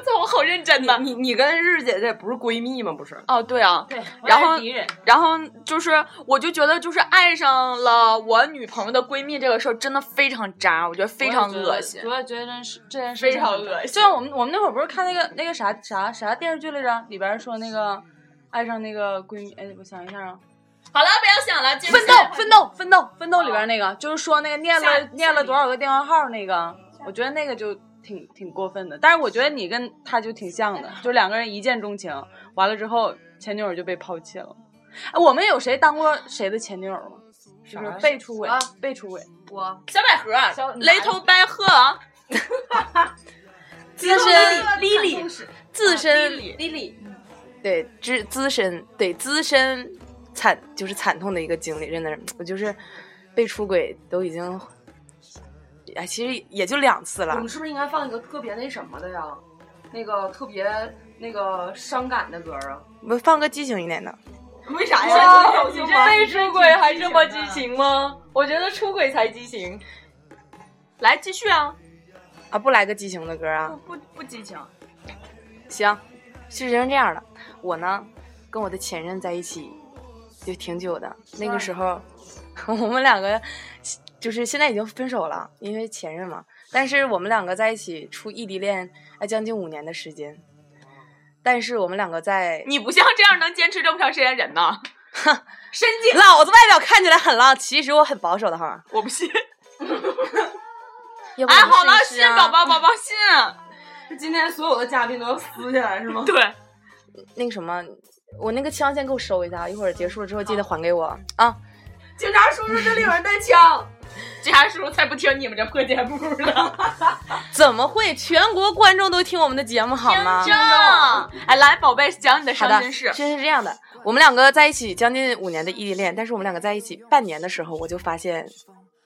[SPEAKER 2] 操，我好认真呐！
[SPEAKER 4] 你你跟日姐这不是闺蜜吗？不是，
[SPEAKER 2] 哦，对啊，
[SPEAKER 7] 对，
[SPEAKER 2] 然后
[SPEAKER 7] 我也是敌人
[SPEAKER 2] 然后就是，我就觉得就是爱上了我女朋友的闺蜜这个事儿，真的非常渣，我觉得非常恶心。
[SPEAKER 7] 我也觉得这是这件事
[SPEAKER 2] 非常
[SPEAKER 7] 情很
[SPEAKER 2] 恶心
[SPEAKER 7] 就像我们我们那会儿不是看那个那个啥啥啥电视剧来着，里边儿说那个爱上那个闺蜜，哎，我想一下啊，
[SPEAKER 2] 好了，不要想了，进入
[SPEAKER 7] 奋斗奋斗奋斗奋斗里
[SPEAKER 2] 哦
[SPEAKER 7] 边儿那个，就是说那个念了念了多少个电话号那个，我觉得那个就挺挺过分的。但是我觉得你跟他就挺像的，就两个人一见钟情，完了之后前女友就被抛弃了。哎，我们有谁当过谁的前女友吗？就是被出轨，被出轨。
[SPEAKER 2] 啊小百合，little 百合啊，
[SPEAKER 10] 资深 Lily，资深
[SPEAKER 2] Lily，
[SPEAKER 5] 对，资资深对资深惨就是惨痛的一个经历，真的是，我就是被出轨都已经，哎，其实也就两次
[SPEAKER 4] 我
[SPEAKER 5] 了
[SPEAKER 4] 们。是不是应该放一个特别那什么的呀？那个特别那个伤感的歌啊？
[SPEAKER 5] 我放个激情一点的，
[SPEAKER 4] 为啥呀？你
[SPEAKER 10] 被出轨还这么激情吗？我觉得出轨才激情。
[SPEAKER 2] 来继续啊，
[SPEAKER 5] 啊，不来个激情的歌啊？
[SPEAKER 2] 不不激情，
[SPEAKER 5] 行，事情是这样的，我呢跟我的前任在一起就挺久的，那个时候 我们两个就是现在已经分手了，因为前任嘛。但是我们两个在一起处异地恋，哎，将近五年的时间。但是我们两个在
[SPEAKER 2] 你不像这样能坚持这么长时间的人呢，深进，
[SPEAKER 5] 老子外表看起来很浪，其实我很保守的哈。
[SPEAKER 2] 我不信。
[SPEAKER 5] 要不
[SPEAKER 2] 哎，
[SPEAKER 5] 我们
[SPEAKER 2] 好了，
[SPEAKER 5] 试
[SPEAKER 2] 信
[SPEAKER 5] 一试啊
[SPEAKER 2] 宝宝，宝宝信。
[SPEAKER 4] 今天所有的嘉宾都要撕下来是吗？
[SPEAKER 2] 对，
[SPEAKER 5] 那个什么，我那个枪先给我收一下，一会儿结束了之后记得还给我啊。
[SPEAKER 4] 警察叔叔，这里有人带枪。
[SPEAKER 2] 警察叔叔才不听你们这破节目呢。
[SPEAKER 5] 怎么会？全国观众都听我们的节目好吗？
[SPEAKER 2] 哎，来，宝贝，讲你的伤
[SPEAKER 5] 好的，
[SPEAKER 2] 心事。
[SPEAKER 5] 是这样的，我们两个在一起将近五年的异地恋，但是我们两个在一起半年的时候，我就发现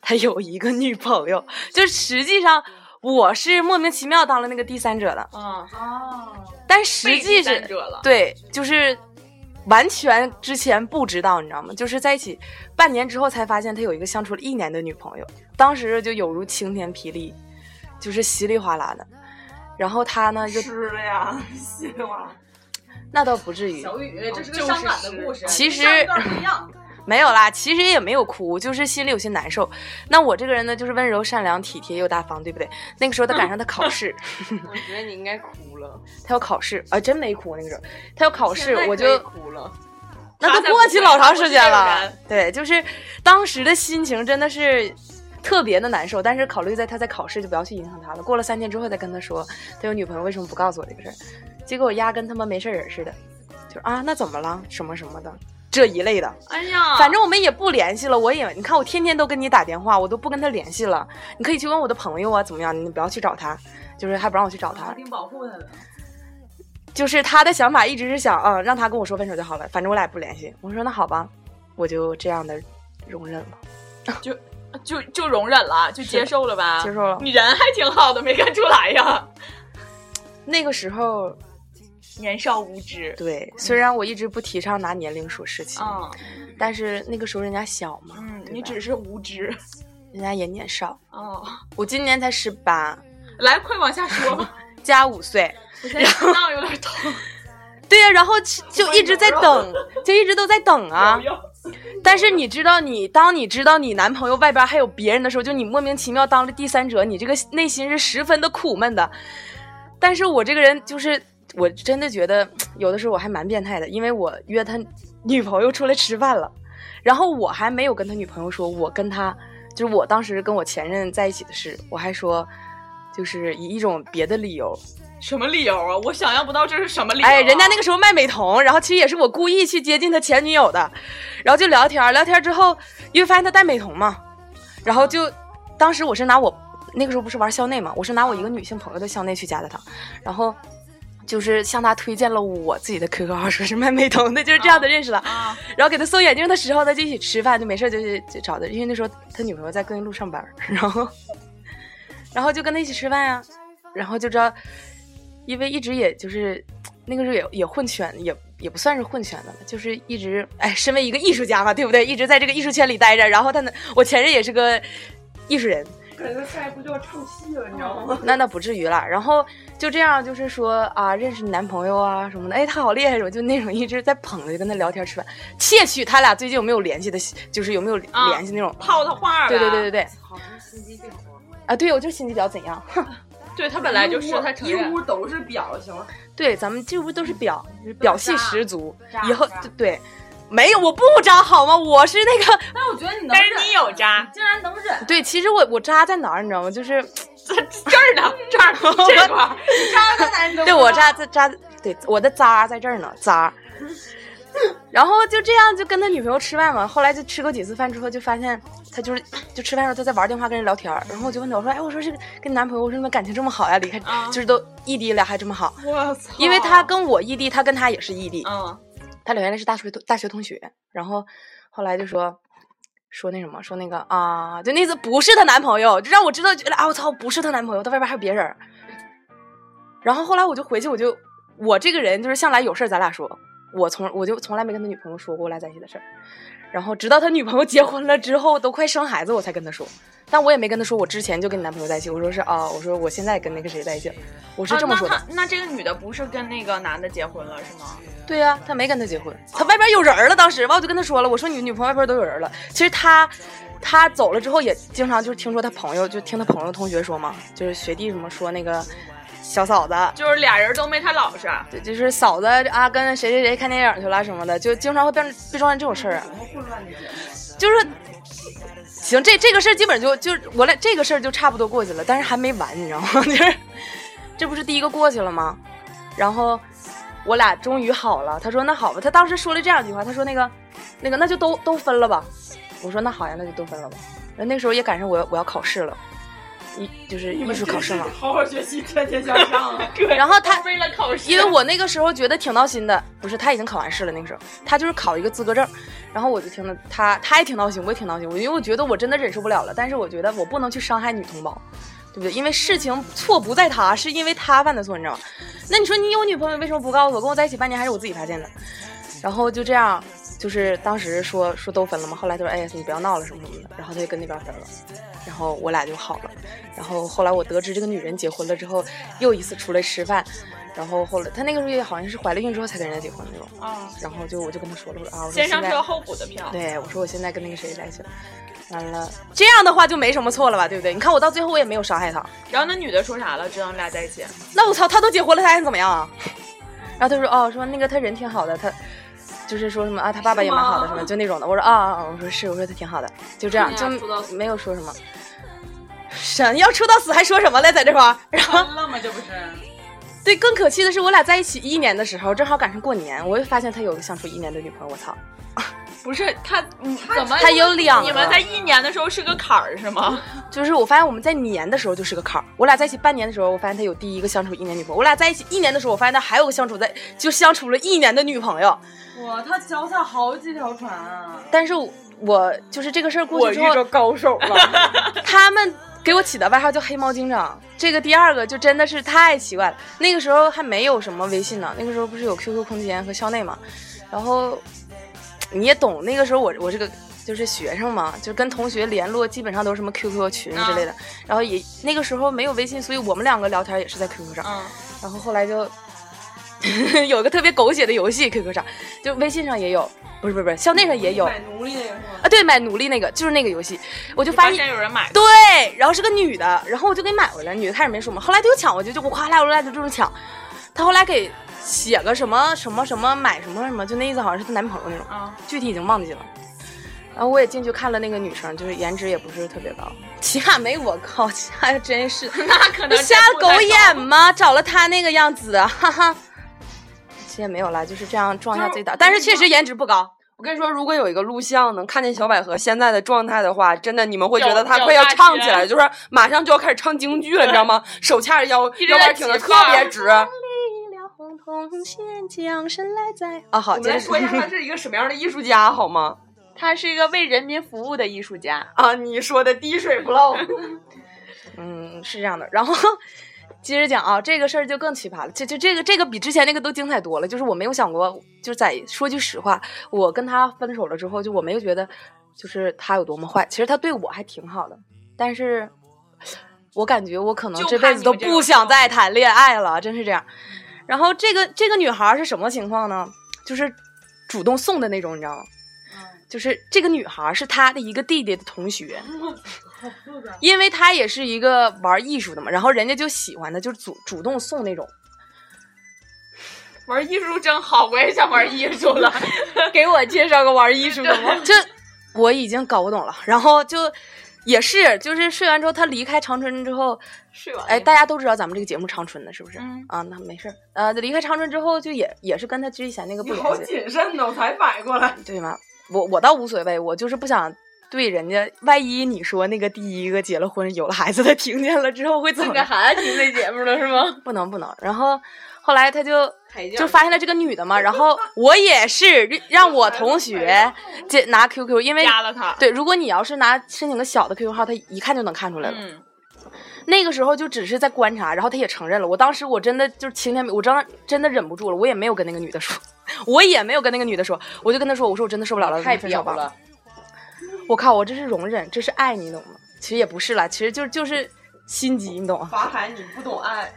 [SPEAKER 5] 他有一个女朋友， 就实际上我是莫名其妙当了那个第三者的，
[SPEAKER 2] 啊，
[SPEAKER 5] 但实际
[SPEAKER 2] 被第三
[SPEAKER 5] 是
[SPEAKER 2] 者了。
[SPEAKER 5] 对，就是完全之前不知道，你知道吗？就是在一起半年之后才发现他有一个相处了一年的女朋友，当时就有如晴天霹雳，就是稀里哗啦的。然后他呢，就
[SPEAKER 4] 吃了呀，西瓜。
[SPEAKER 5] 那倒不至于，
[SPEAKER 2] 雨，这是个伤感的故事。
[SPEAKER 5] 其实没有啦，其实也没有哭，就是心里有些难受。那我这个人呢，就是温柔、善良、体贴又大方，对不对？那个时候他赶上他考试，
[SPEAKER 4] 我觉得你应该哭了，
[SPEAKER 5] 他要考试啊，真没哭那个时候，他要考试，我
[SPEAKER 4] 现在
[SPEAKER 5] 就
[SPEAKER 4] 可以哭了。
[SPEAKER 5] 那
[SPEAKER 2] 他
[SPEAKER 5] 都
[SPEAKER 2] 才
[SPEAKER 5] 过
[SPEAKER 2] 不
[SPEAKER 5] 去
[SPEAKER 2] 会
[SPEAKER 5] 老
[SPEAKER 2] 我
[SPEAKER 5] 长
[SPEAKER 2] 是
[SPEAKER 5] 时间
[SPEAKER 2] 这种
[SPEAKER 5] 了
[SPEAKER 2] 人。
[SPEAKER 5] 对，就是当时的心情真的是特别的难受，但是考虑在他在考试，就不要去影响他了。过了三天之后再跟他说他有女朋友，为什么不告诉我这个事儿？结果压根他妈没事人似的，就是啊，那怎么了？什么什么的这一类的。
[SPEAKER 2] 哎呀，
[SPEAKER 5] 反正我们也不联系了，我也你看我天天都跟你打电话，我都不跟他联系了。你可以去问我的朋友啊，怎么样？你不要去找他，就是还不让我去找他。
[SPEAKER 7] 定保护他的。
[SPEAKER 5] 就是他的想法一直是想，嗯，让他跟我说分手就好了，反正我俩也不联系。我说那好吧，我就这样的容忍了，
[SPEAKER 2] 就就容忍了，就接受了吧。
[SPEAKER 5] 接受了。
[SPEAKER 2] 你人还挺好的，没看出来呀。
[SPEAKER 5] 那个时候，
[SPEAKER 2] 年少无知。
[SPEAKER 5] 对，虽然我一直不提倡拿年龄说事情，
[SPEAKER 2] 啊，
[SPEAKER 5] 但是那个时候人家小嘛，
[SPEAKER 2] 嗯，
[SPEAKER 5] 对
[SPEAKER 2] 你
[SPEAKER 5] 吧
[SPEAKER 2] 只是无知。
[SPEAKER 5] 人家也年少，
[SPEAKER 2] 哦，
[SPEAKER 5] 我今年才十八，
[SPEAKER 2] 来，快往下说吧，
[SPEAKER 5] 加五岁。
[SPEAKER 2] 我现在心脏有点疼。
[SPEAKER 5] 对呀、然后就就一直在等，就一直都在等啊。但是你知道你，当你知道你男朋友外边还有别人的时候，就你莫名其妙当了第三者，你这个内心是十分的苦闷的。但是我这个人就是，我真的觉得有的时候我还蛮变态的，因为我约他女朋友出来吃饭了，然后我还没有跟他女朋友说，我跟他就是我当时跟我前任在一起的事，我还说就是以一种别的理由
[SPEAKER 6] 什么理由啊？我想象不到这是什么理由、
[SPEAKER 2] 啊
[SPEAKER 7] 哎，人家那个时候卖美瞳，然后其实也是我故意去接近他前女友的，然后就聊天儿，聊天儿之后，因为发现他戴美瞳嘛，然后就当时我是拿我那个时候不是玩校内嘛，我是拿我一个女性朋友的校内去加的他，然后。就是向他推荐了我自己的 QQ 号，说是卖美瞳的，就是这样的认识的。
[SPEAKER 6] 啊，
[SPEAKER 7] 然后给他送眼镜的时候，他就一起吃饭，就没事儿就去就找他，因为那时候他女朋友在各营路上班儿，然后 然后就跟他一起吃饭啊呀、然后就知道，因为一直也就是那个时候也也混圈，也也不算是混圈的了，就是一直哎，身为一个艺术家嘛，对不对？一直在这个艺术圈里待着，然后他呢，我前任也是个艺术人，那那不至于了。然后就这样，就是说啊，认识你男朋友啊什么的，哎，他好厉害什么，就那种一直在捧着，就跟他聊天吃饭，窃取他俩最近有没有联系的，就是有没有
[SPEAKER 6] 啊
[SPEAKER 7] 联系那种。
[SPEAKER 6] 套他话呗。
[SPEAKER 7] 对对对对对。啊，对，我就心机婊，怎样？
[SPEAKER 6] 对他本来哎就是他承认。
[SPEAKER 4] 都是表情，
[SPEAKER 7] 对，咱们这屋都是表，表戏十足。
[SPEAKER 4] 渣
[SPEAKER 7] 以后
[SPEAKER 4] 渣
[SPEAKER 7] 对对，没有，我不渣好吗？我是那个
[SPEAKER 2] 但是我觉得你能
[SPEAKER 6] 但是你有渣，
[SPEAKER 2] 竟然能忍，
[SPEAKER 7] 对，其实我我渣在哪儿，你知道吗？就是
[SPEAKER 6] 这儿呢，这儿这块儿，
[SPEAKER 7] 对我渣在渣，对我的渣在这儿呢，渣。然后就这样就跟他女朋友吃饭嘛，后来就吃过几次饭之后，就发现他就是就吃饭的时候他在玩电话跟人聊天儿，然后我就问他我说哎我说是跟你男朋友我说你们感情这么好呀，离开、就是都异地了还这么好，
[SPEAKER 6] 我操！
[SPEAKER 7] 因
[SPEAKER 2] 哦
[SPEAKER 7] 为他跟我异地，他跟他也是异地，
[SPEAKER 6] 嗯，
[SPEAKER 7] 他俩原来是大学同大学同学，然后后来就说说那什么，说那个啊，就那次不是她男朋友，就让我知道，觉得啊，我操，不是她男朋友，她外边还有别人儿。然后后来我就回去，我就我这个人就是向来有事儿咱俩说，我从我就从来没跟他女朋友说过我俩在一起的事儿。然后直到他女朋友结婚了之后，都快生孩子，我才跟他说。但我也没跟他说，我之前就跟你男朋友在一起。我说是啊，我说我现在跟那个谁在一起了，我是这么说的。
[SPEAKER 6] 啊那他那这个女的不是跟那个男的结婚了是吗？
[SPEAKER 7] 对呀、他没跟他结婚，他外边有人儿了。当时吧，我就跟他说了，我说你女朋友外边都有人了。其实他，他走了之后也经常就是听说他朋友，就听他朋友同学说嘛，就是学弟什么说那个小嫂子，
[SPEAKER 6] 就是俩人都没他老实。
[SPEAKER 7] 对，就是嫂子啊跟谁谁谁看电影去了什么的，就经常会被被撞见这种事儿啊。就是，行，这这个事儿基本就就我俩这个事儿就差不多过去了，但是还没完，你知道吗？ 就是这不是第一个过去了吗？然后我俩终于好了。他说那好吧，他当时说了这样一句话，他说那个那个那就都都分了吧。我说那好呀，那就都分了吧。然后那时候也赶上我要我要考试了，艺就是艺术考试嘛。
[SPEAKER 6] 好好学习，天天向上啊！ 对，
[SPEAKER 7] 然后他
[SPEAKER 6] 为了考试，
[SPEAKER 7] 因为我那个时候觉得挺闹心的，不是他已经考完试了，那个时候他就是考一个资格证，然后我就听了他，他也挺闹心，我也挺闹心，我因为我觉得我真的忍受不了了，但是我觉得我不能去伤害女同胞，对不对？因为事情错不在他，是因为他犯的错，你知道吗？那你说你有女朋友为什么不告诉我？跟我在一起半年还是我自己发现的，然后就这样。就是当时说说都分了嘛，后来他说哎你不要闹了什么什么的，然后他就跟那边分了，然后我俩就好了。然后后来我得知这个女人结婚了之后，又一次出来吃饭，然后后来她那个时候也好像是怀了孕之后才跟人家结婚那种，
[SPEAKER 6] 啊，
[SPEAKER 7] 然后就我就跟她说了，我说啊，我说
[SPEAKER 6] 先
[SPEAKER 7] 现
[SPEAKER 6] 上
[SPEAKER 7] 在
[SPEAKER 6] 车后补的票。
[SPEAKER 7] 对我说我现在跟那个谁在一起了，完了这样的话就没什么错了吧，对不对？你看我到最后我也没有伤害她，
[SPEAKER 6] 然后那女的说啥了？知道你俩在 一起？
[SPEAKER 7] 那我操，她都结婚了，她还能怎么样啊？ 然后她说哦，说那个她人挺好的，她。就是说什么啊，她爸爸也蛮好的，什么就那种的。我说啊啊，啊，我说是，我说她挺好的，就这样，就没有说什么。神要处到死还说什么嘞，在这块儿。然后
[SPEAKER 2] 分了吗？这不是？
[SPEAKER 7] 对，更可气的是，我俩在一起一年的时候，正好赶上过年，我又发现他有个相处一年的女朋友。我操，
[SPEAKER 6] 不是他，嗯怎么
[SPEAKER 7] 他有两个
[SPEAKER 6] 你们在一年的时候是个坎儿是吗？
[SPEAKER 7] 就是我发现我们在年的时候就是个坎儿。我俩在一起半年的时候，我发现他有第一个相处一年女朋友；我俩在一起一年的时候，我发现他还有个相处在就相处了一年的女朋友。
[SPEAKER 2] 哇，他脚踩好几条船啊！
[SPEAKER 7] 但是我我就是这个事儿过去之后，
[SPEAKER 4] 高手了，
[SPEAKER 7] 他们给我起的外号叫黑猫警长。这个第二个就真的是太奇怪了。那个时候还没有什么微信呢，那个时候不是有 QQ 空间和校内嘛，然后你也懂，那个时候我我这个就是学生嘛，就跟同学联络基本上都是什么 QQ 群之类的，然后也那个时候没有微信，所以我们两个聊天也是在 QQ 上，
[SPEAKER 6] 嗯
[SPEAKER 7] 然后后来就 有一个特别狗血的游戏 QQ 上，就微信上也有，不是不是不是，校内上也有
[SPEAKER 2] 买奴隶那个是吗？
[SPEAKER 7] 啊，对，买奴隶那个就是那个游戏，我就
[SPEAKER 6] 就发
[SPEAKER 7] 现
[SPEAKER 6] 现有人买，
[SPEAKER 7] 对，然后是个女的，然后我就给买回来，女的开始没说嘛，后来她又抢回去，就我夸啦啦就这种抢，她后来给写个什么什么什么买什么什么，就那意思好像是她男朋友那种，
[SPEAKER 6] 啊
[SPEAKER 7] 具体已经忘记了。然啊后我也进去看了那个女生，就是颜值也不是特别高，起码没我高，哎呀，真是那可能瞎狗眼吗？找了她那个样子的，哈哈。其实也没有啦，就是这样撞一下自己的，但是确实颜值不高。
[SPEAKER 4] 我跟你说，如果有一个录像能看见小百合现在的状态的话，真的你们会觉得她快要唱起来，就是马上就要开始唱京剧了，你知道吗？手掐着腰，
[SPEAKER 6] 直在
[SPEAKER 4] 腰板挺的
[SPEAKER 6] 起
[SPEAKER 4] 特
[SPEAKER 6] 范儿
[SPEAKER 4] 别直。
[SPEAKER 7] 啊，好，
[SPEAKER 4] 我
[SPEAKER 7] 接
[SPEAKER 4] 们来
[SPEAKER 7] 着
[SPEAKER 4] 说一下她是一个什么样的艺术家好吗？
[SPEAKER 6] 他是一个为人民服务的艺术家，
[SPEAKER 4] 啊，你说的滴水不漏。
[SPEAKER 7] 嗯，是这样的。然后 接着讲啊，这个事儿就更奇葩了，就就这个这个比之前那个都精彩多了。就是我没有想过，就是在说句实话，我跟他分手了之后，就我没有觉得就是他有多么坏，其实他对我还挺好的，但是我感觉我可能
[SPEAKER 6] 就
[SPEAKER 7] 这
[SPEAKER 6] 怕
[SPEAKER 7] 辈子
[SPEAKER 6] 你
[SPEAKER 7] 都
[SPEAKER 6] 们这种
[SPEAKER 7] 不想再谈恋爱了，真是这样。然后这个这个女孩是什么情况呢？就是主动送的那种，你知道吗？
[SPEAKER 6] 嗯
[SPEAKER 7] 就是这个女孩是他的一个弟弟的同 学，因为他也是一个玩艺术的嘛，然后人家就喜欢他，就是主主动送那种，
[SPEAKER 6] 玩艺术真好，我也想玩艺术了。
[SPEAKER 7] 给我介绍个玩艺术的吗？这我已经搞不懂了。然后就也是，就是睡完之后，他离开长春之后， 睡完，哎，大家都知道咱们这个节目长春的，是不是？
[SPEAKER 6] 嗯
[SPEAKER 7] 啊，那没事儿。呃，离开长春之后，就也也是跟他之前那个不联系，
[SPEAKER 4] 谨慎呢，我才反应过来。
[SPEAKER 7] 对吗？我我倒无所谓，我就是不想。对人家，万一你说那个第一个结了婚有了孩子的听见了之后会怎
[SPEAKER 5] 啊
[SPEAKER 7] 么？
[SPEAKER 6] 还听这节目了是吗？
[SPEAKER 7] 不能不能。然后后来他就就发现了这个女的嘛，然后我也是让我同学这拿 QQ，因为
[SPEAKER 6] 加了他。
[SPEAKER 7] 对，如果你要是拿申请个小的 QQ 号，他一看就能看出来了。
[SPEAKER 6] 嗯，
[SPEAKER 7] 那个时候就只是在观察，然后他也承认了。我当时我真的就是晴天，我真真的忍不住了，我也没有跟那个女的说，我也没有跟那个女的说，我就跟她说，我说我真的受不了了，
[SPEAKER 5] 太
[SPEAKER 7] 分
[SPEAKER 5] 表
[SPEAKER 7] 手吧。
[SPEAKER 5] 了，
[SPEAKER 7] 我靠，我这是容忍，这是爱你，懂吗？其实也不是啦，其实就就是心机，你懂吗？
[SPEAKER 4] 法海，你不懂爱。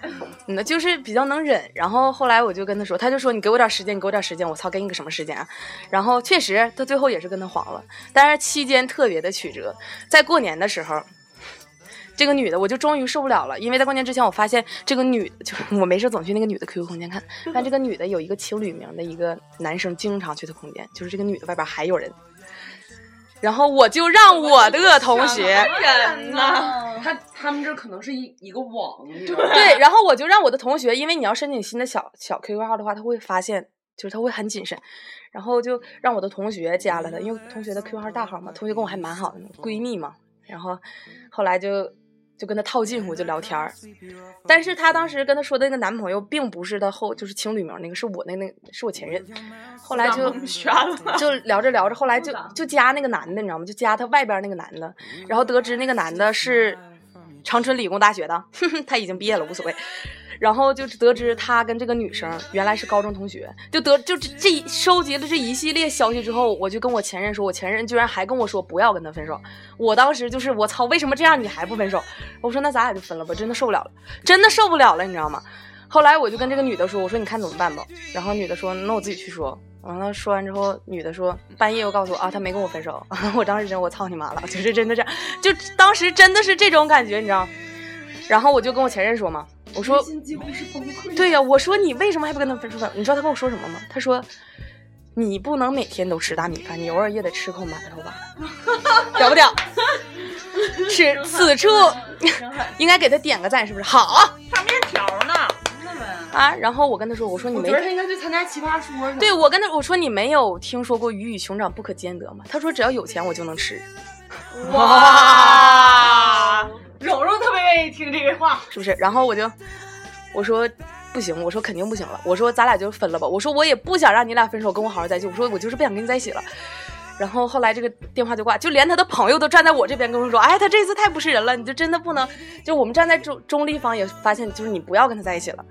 [SPEAKER 7] 那就是比较能忍。然后后来我就跟他说，他就说你给我点时间，你给我点时间。我操，给你个什么时间啊？然后确实，他最后也是跟他黄了，但是期间特别的曲折。在过年的时候，这个女的我就终于受不了了，因为在过年之前我发现这个女，就我没事总去那个女的 QQ 空间看，但这个女的有一个情侣名的一个男生经常去她空间，就是这个女的外边还有人。然后我就让我的同学，
[SPEAKER 6] 人呐，
[SPEAKER 2] 他他们这可能是一一个网，你知道 吗？
[SPEAKER 7] 对，然后我就让我的同学，因为你要申请新的小小 QQ 号的话，他会发现，就是他会很谨慎，然后就让我的同学加了他，因为同学的 QQ 号大号嘛，同学跟我还蛮好的呢，闺蜜嘛，然后后来就就跟他套近乎，就聊天儿。但是她当时跟她说的那个男朋友，并不是她后就是情侣名那个，是我那那是我前任，后来就 就聊着聊着，后来就就加那个男的，你知道吗？就加他外边那个男的，然后得知那个男的是长春理工大学的， 哼哼，他已经毕业了，无所谓。然后就得知他跟这个女生原来是高中同学，就得就这这一收集了这一系列消息之后，我就跟我前任说，我前任居然还跟我说不要跟他分手，我当时就是我操，为什么这样你还不分手？我说那咱俩就分了吧，真的受不了了，真的受不了了，你知道吗？后来我就跟这个女的说，我说你看怎么办吧。然后女的说，那我自己去说。完了说完之后，女的说半夜又告诉我啊，她没跟我分手。 我当时真我操你妈了，就是真的这样，就当时真的是这种感觉，你知道？然后我就跟我前任说嘛，我说对呀、我说你为什么还不跟他分手？你知道他跟我说什么吗？他说。你不能每天都吃大米饭，你偶尔也得吃口馒头吧， 屌不屌？ 是此处应该给他点个赞，是不是？好，
[SPEAKER 6] 上面条呢？
[SPEAKER 7] 啊，然后我跟他说，我说你没，
[SPEAKER 2] 应该去参加奇葩说。
[SPEAKER 7] 对我跟他我说你没有听说过鱼与熊掌不可兼得吗？他说只要有钱我就能吃，
[SPEAKER 6] 哇，柔柔特别愿意听这个话。
[SPEAKER 7] 是不是？然后我就我说不行，我说肯定不行了，我说咱俩就分了吧，我说我也不想让你俩分手，跟我好好在一起，我说我就是不想跟你在一起了。然后后来这个电话就挂，就连他的朋友都站在我这边跟我说：“哎，他这次太不是人了，你就真的不能。”就我们站在中中立方也发现，就是你不要跟他在一起了。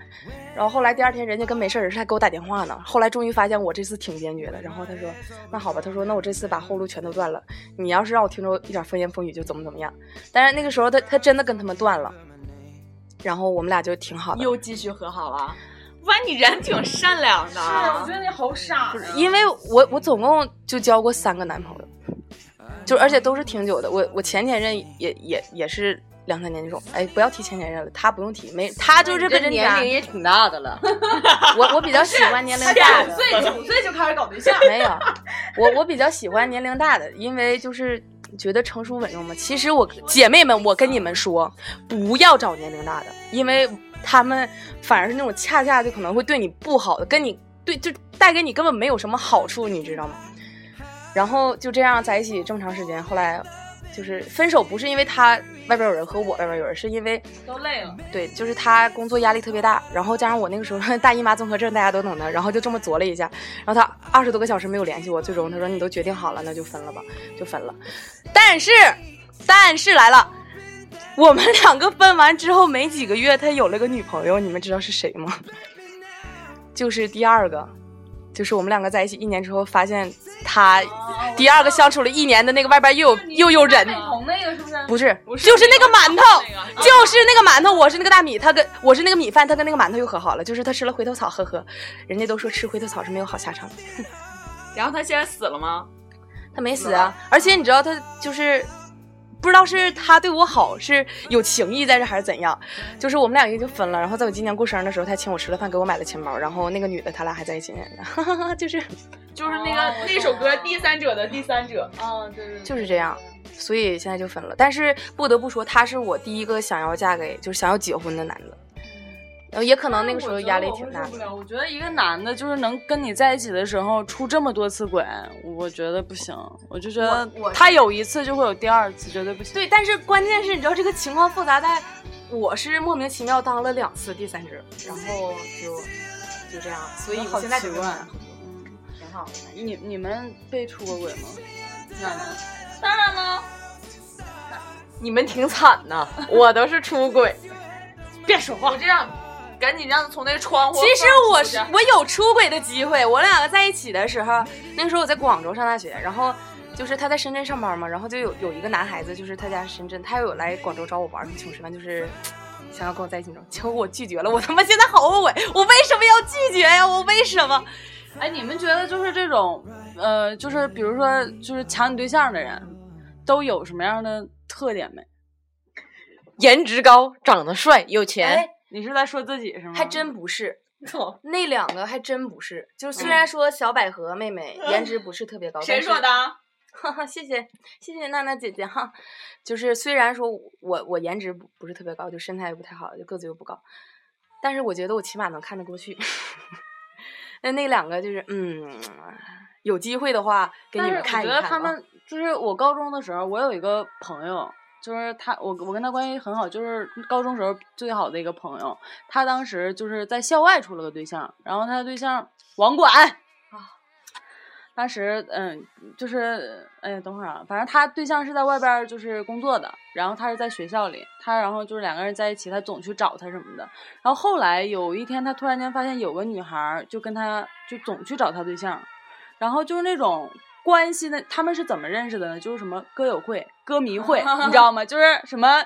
[SPEAKER 7] 然后后来第二天，人家跟没事儿似的还给我打电话呢。后来终于发现我这次挺坚决的，然后他说：“那好吧，他说那我这次把后路全都断了，你要是让我听着一点风言风语就怎么怎么样。”但是那个时候他他真的跟他们断了，然后我们俩就挺好的。
[SPEAKER 6] 又继续和好了。哇，你人挺善良的。
[SPEAKER 2] 觉得你好傻呀
[SPEAKER 7] 因为我我总共就交过三个男朋友，就而且都是挺久的。我我前前任也也也是两三年那种，哎，不要提前前任了，他不用提，没他就是
[SPEAKER 5] 这
[SPEAKER 7] 被
[SPEAKER 5] 年
[SPEAKER 7] 渣
[SPEAKER 5] 龄也挺大的了，
[SPEAKER 7] 我我比较喜欢年龄 大的，
[SPEAKER 6] 岁九岁就开始搞对象，
[SPEAKER 7] 没有，我我比较喜欢年龄大的，因为就是觉得成熟稳重嘛。其实我姐妹们，我跟你们说，不要找年龄大的，因为他们反而是那种恰恰就可能会对你不好的，跟你对就带给你根本没有什么好处，你知道吗？然后就这样在一起这么长时间，后来就是分手，不是因为他外边有人和我外边有人，是因为
[SPEAKER 6] 都累了。
[SPEAKER 7] 对，就是他工作压力特别大，然后加上我那个时候 大姨妈综合症，大家都懂的，然后就这么作了一下，然后他二十多个小时没有联系我，最终他说你都决定好了，那就分了吧，就分了。但是，但是来了，我们两个分完之后没几个月，他有了个女朋友，你们知道是谁吗？ 就是第二个，就是我们两个在一起一年之后，发现
[SPEAKER 6] 哦
[SPEAKER 7] 他第二个相处了一年的那个外边又有又有人，
[SPEAKER 6] 红那个是不是？
[SPEAKER 7] 不是，
[SPEAKER 6] 不是
[SPEAKER 7] 就是那个馒头，
[SPEAKER 6] 那个
[SPEAKER 7] 就是那个馒头，我是那个大米，他跟我是那个米饭，他跟那个馒头又和好了，就是他吃了回头草，呵呵，人家都说吃回头草是没有好下场的，
[SPEAKER 6] 然后他现在死了吗？
[SPEAKER 7] 他没死啊，而且你知道他就是。不知道是他对我好是有情谊在这还是怎样，就是我们俩已经分了，然后在我今年过生日的时候，他请我吃了饭，给我买了钱包，然后那个女的他俩还在一起呢，哈哈哈，就是
[SPEAKER 6] 就是那
[SPEAKER 7] 哦
[SPEAKER 6] 个那首歌《第三者的第三者》。嗯，对对。
[SPEAKER 7] 就是这样，所以现在就分了。但是不得不说，他是我第一个想要嫁给，就是想要结婚的男的。然后也可能那个时候压力挺大
[SPEAKER 2] 我觉得我会受不
[SPEAKER 7] 的。
[SPEAKER 2] 了。我觉得一个男的，就是能跟你在一起的时候出这么多次轨，我觉得不行。我就觉得
[SPEAKER 7] 我我
[SPEAKER 2] 他有一次就会有第二次，绝对不行。
[SPEAKER 7] 对，但是关键是，你知道这个情况复杂在，我是莫名其妙当了两次第三者，然后就就这样，所以我现在就这样。
[SPEAKER 2] 嗯挺好的。你你们被出过轨吗？
[SPEAKER 6] 当然了，
[SPEAKER 5] 你们挺惨呐，我都是出轨。
[SPEAKER 6] 我这样，赶紧让他从那个窗户放
[SPEAKER 7] 其
[SPEAKER 6] 出去。
[SPEAKER 7] 实我是我有出轨的机会。我俩在一起的时候，那个时候我在广州上大学，然后就是他在深圳上班嘛，然后就有有一个男孩子，就是他家是深圳，他有来广州找我玩儿，请我吃饭，就是。想要跟我在一起那种，结果我拒绝了，我他妈现在好后悔，我为什么要拒绝呀？我为什么？
[SPEAKER 2] 哎，你们觉得就是这种，呃，就是比如说就是抢你对象的人，都有什么样的特点没？
[SPEAKER 5] 颜值高，长得帅，有钱，
[SPEAKER 7] 哎
[SPEAKER 2] 你是在说自己是吗？
[SPEAKER 7] 还真不是，那两个还真不是。就是虽然说小百合妹妹颜值不是特别高，
[SPEAKER 6] 谁
[SPEAKER 7] 但是
[SPEAKER 6] 说的？
[SPEAKER 7] 哈哈， 谢谢谢谢娜娜姐姐哈，就是虽然说我我颜值不不是特别高，就身材也不太好，就个子又不高，但是我觉得我起码能看得过去。 那那两个就是嗯，有机会的话给
[SPEAKER 2] 但
[SPEAKER 7] 你
[SPEAKER 2] 是
[SPEAKER 7] 们看一
[SPEAKER 2] 我
[SPEAKER 7] 看
[SPEAKER 2] 觉得
[SPEAKER 7] 啊。
[SPEAKER 2] 他们就是我高中的时候，我有一个朋友，就是他，我我跟他关系很好，就是高中时候最好的一个朋友。他当时就是在校外处了个对象，然后他的对象网管啊。当时嗯，就是哎呀，等会儿啊，反正他对象是在外边儿就是工作的，然后他是在学校里，他然后就是两个人在一起，他总去找他什么的。然后后来有一天，他突然间发现有个女孩儿就跟他就总去找他对象，然后就是那种关系呢，他们是怎么认识的呢？就是什么歌友会、歌迷会，你知道吗？就是什么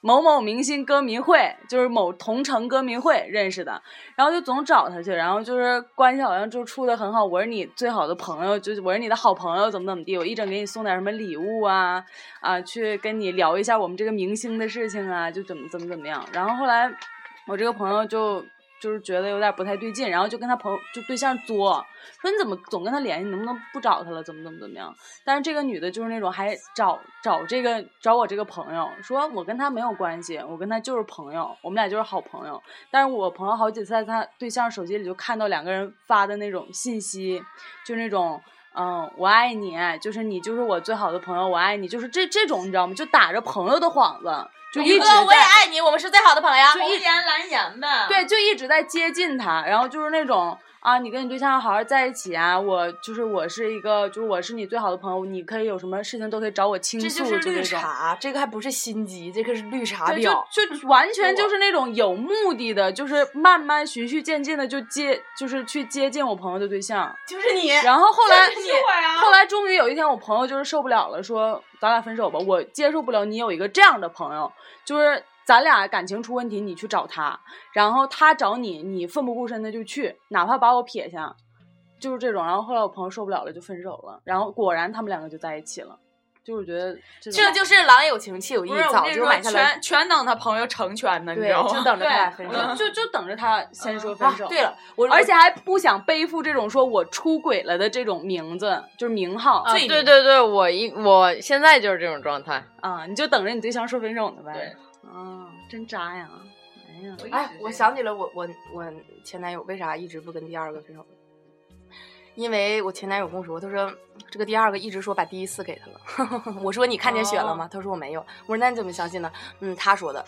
[SPEAKER 2] 某某明星歌迷会，就是某同城歌迷会认识的，然后就总找他去，然后就是关系好像就处的很好。我是你最好的朋友，就是我是你的好朋友，怎么怎么地，我一整给你送点什么礼物啊啊，去跟你聊一下我们这个明星的事情啊，就怎么怎么怎么样。然后后来我这个朋友就。就是觉得有点不太对劲，然后就跟他朋友就对象作，说你怎么总跟他联系，你能不能不找他了？怎么怎么怎么样？但是这个女的就是那种还找找这个找我这个朋友，说我跟他没有关系，我跟他就是朋友，我们俩就是好朋友。但是我朋友好几次在他对象手机里就看到两个人发的那种信息，就那种。嗯，我爱你，就是你，就是我最好的朋友，我爱你，就是这这种，你知道吗？就打着朋友的幌子，啊就一直在。
[SPEAKER 7] 爱你，我们是最好的朋友。
[SPEAKER 6] 红颜蓝颜呗。
[SPEAKER 2] 对，就一直在接近他，然后就是那种啊，你跟你对象好好在一起啊，我就是我是一个，就是我是你最好的朋友，你可以有什么事情都可以找我倾
[SPEAKER 7] 这
[SPEAKER 2] 诉，
[SPEAKER 7] 就是
[SPEAKER 2] 那
[SPEAKER 7] 绿
[SPEAKER 2] 种。
[SPEAKER 7] 茶，这个还不是心机，这个是绿茶
[SPEAKER 2] 对，就
[SPEAKER 7] 婊。
[SPEAKER 2] 就完全就是那种有目的的，就是慢慢循序渐进的就接，就是去接近我朋友的对象，
[SPEAKER 7] 就是你，
[SPEAKER 2] 然后后来
[SPEAKER 6] 就是我呀
[SPEAKER 2] 后来终于有一天，我朋友就是受不了了，说咱俩分手吧，我接受不了你有一个这样的朋友，就是咱俩感情出问题，你去找他，然后他找你，你奋不顾身的就去，哪怕把我撇下，就是这种。然后后来我朋友受不了了，就分手了，然后果然他们两个就在一起了。就是我觉得这种
[SPEAKER 7] 这就是郎有情妾有意
[SPEAKER 6] 不是，，我
[SPEAKER 7] 早
[SPEAKER 6] 跟你
[SPEAKER 7] 就
[SPEAKER 6] 说
[SPEAKER 7] 买，下来，
[SPEAKER 6] 全全等他朋友成全呢，你
[SPEAKER 7] 对，
[SPEAKER 6] 知道
[SPEAKER 7] 就
[SPEAKER 6] 吗？
[SPEAKER 7] 等着他俩
[SPEAKER 2] 对
[SPEAKER 7] 分手。
[SPEAKER 2] 我就就就等着他先说分
[SPEAKER 7] 啊
[SPEAKER 2] 手。，
[SPEAKER 7] 对了，我
[SPEAKER 2] 而且还不想背负这种说我出轨了的这种名字，就是名号。
[SPEAKER 5] 啊对对对，我一我现在就是这种状态。
[SPEAKER 2] 啊，你就等着你对象说分手呢呗。
[SPEAKER 6] 对，
[SPEAKER 2] 啊，真渣呀！哎呀，
[SPEAKER 7] 哎，我想起来我，我我前男友为啥一直不跟第二个分手？因为我前男友跟我说，他说这个第二个一直说把第一次给他了。 我说你看见血了吗？他说我没有。我说那你怎么相信呢？嗯，他说 的，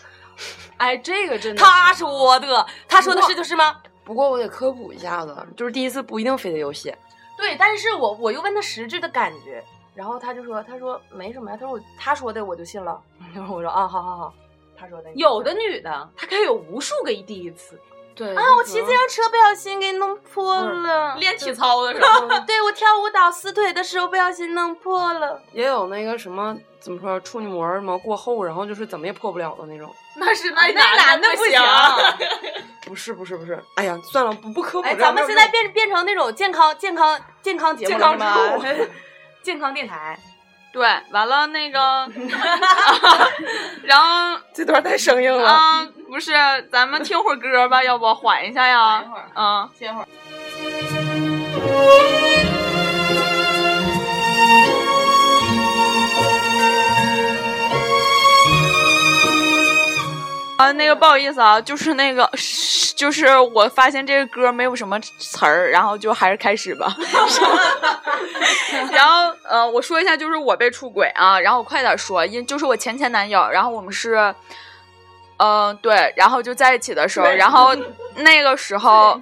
[SPEAKER 2] 哎，这个真的是，
[SPEAKER 7] 他说的，他说的是就是吗？
[SPEAKER 4] 不过我得科普一下子，就是第一次不一定非得有血，
[SPEAKER 7] 对，但是我我又问他实质的感觉，然后他就说，他说没什么呀，他说我他说的我就信了。 然后我说啊，好好好，他说的你
[SPEAKER 2] 有的女的，
[SPEAKER 7] 他可以有无数个第一次。
[SPEAKER 2] 对
[SPEAKER 7] 啊，我骑自行车不小心给弄破了。
[SPEAKER 6] 练体操的时候，
[SPEAKER 7] 对我跳舞蹈撕腿的时候不小心弄破了，
[SPEAKER 4] 也有那个什么怎么说处女膜什么过厚，然后就是怎么也破不了的那种。
[SPEAKER 6] 那
[SPEAKER 2] 啊
[SPEAKER 6] 是那
[SPEAKER 7] 那男的
[SPEAKER 6] 不
[SPEAKER 7] 不行。
[SPEAKER 4] 不是不是不是，哎呀，算了，不不科普
[SPEAKER 7] 哎，
[SPEAKER 4] 这
[SPEAKER 7] 咱
[SPEAKER 4] 样没
[SPEAKER 7] 们
[SPEAKER 4] 有
[SPEAKER 7] 现
[SPEAKER 4] 用。
[SPEAKER 7] 在变变成那种健康、健康、健康节目了是吗？健康电台，
[SPEAKER 6] 对，完了 那 个，然后
[SPEAKER 4] 这段太生硬了。
[SPEAKER 6] 啊，不是，咱们听会儿歌吧，要不缓一下呀？
[SPEAKER 2] 缓一会儿
[SPEAKER 6] 嗯，啊，那个不好意思啊，就是那个， 就是我发现这个歌没有什么词儿，然后就还是开始 吧。然后呃，我说一下，就是我被出轨啊，然后我快点说，因就是我前前男友，然后我们是，嗯、对，然后就在一起的时候，然后那个时候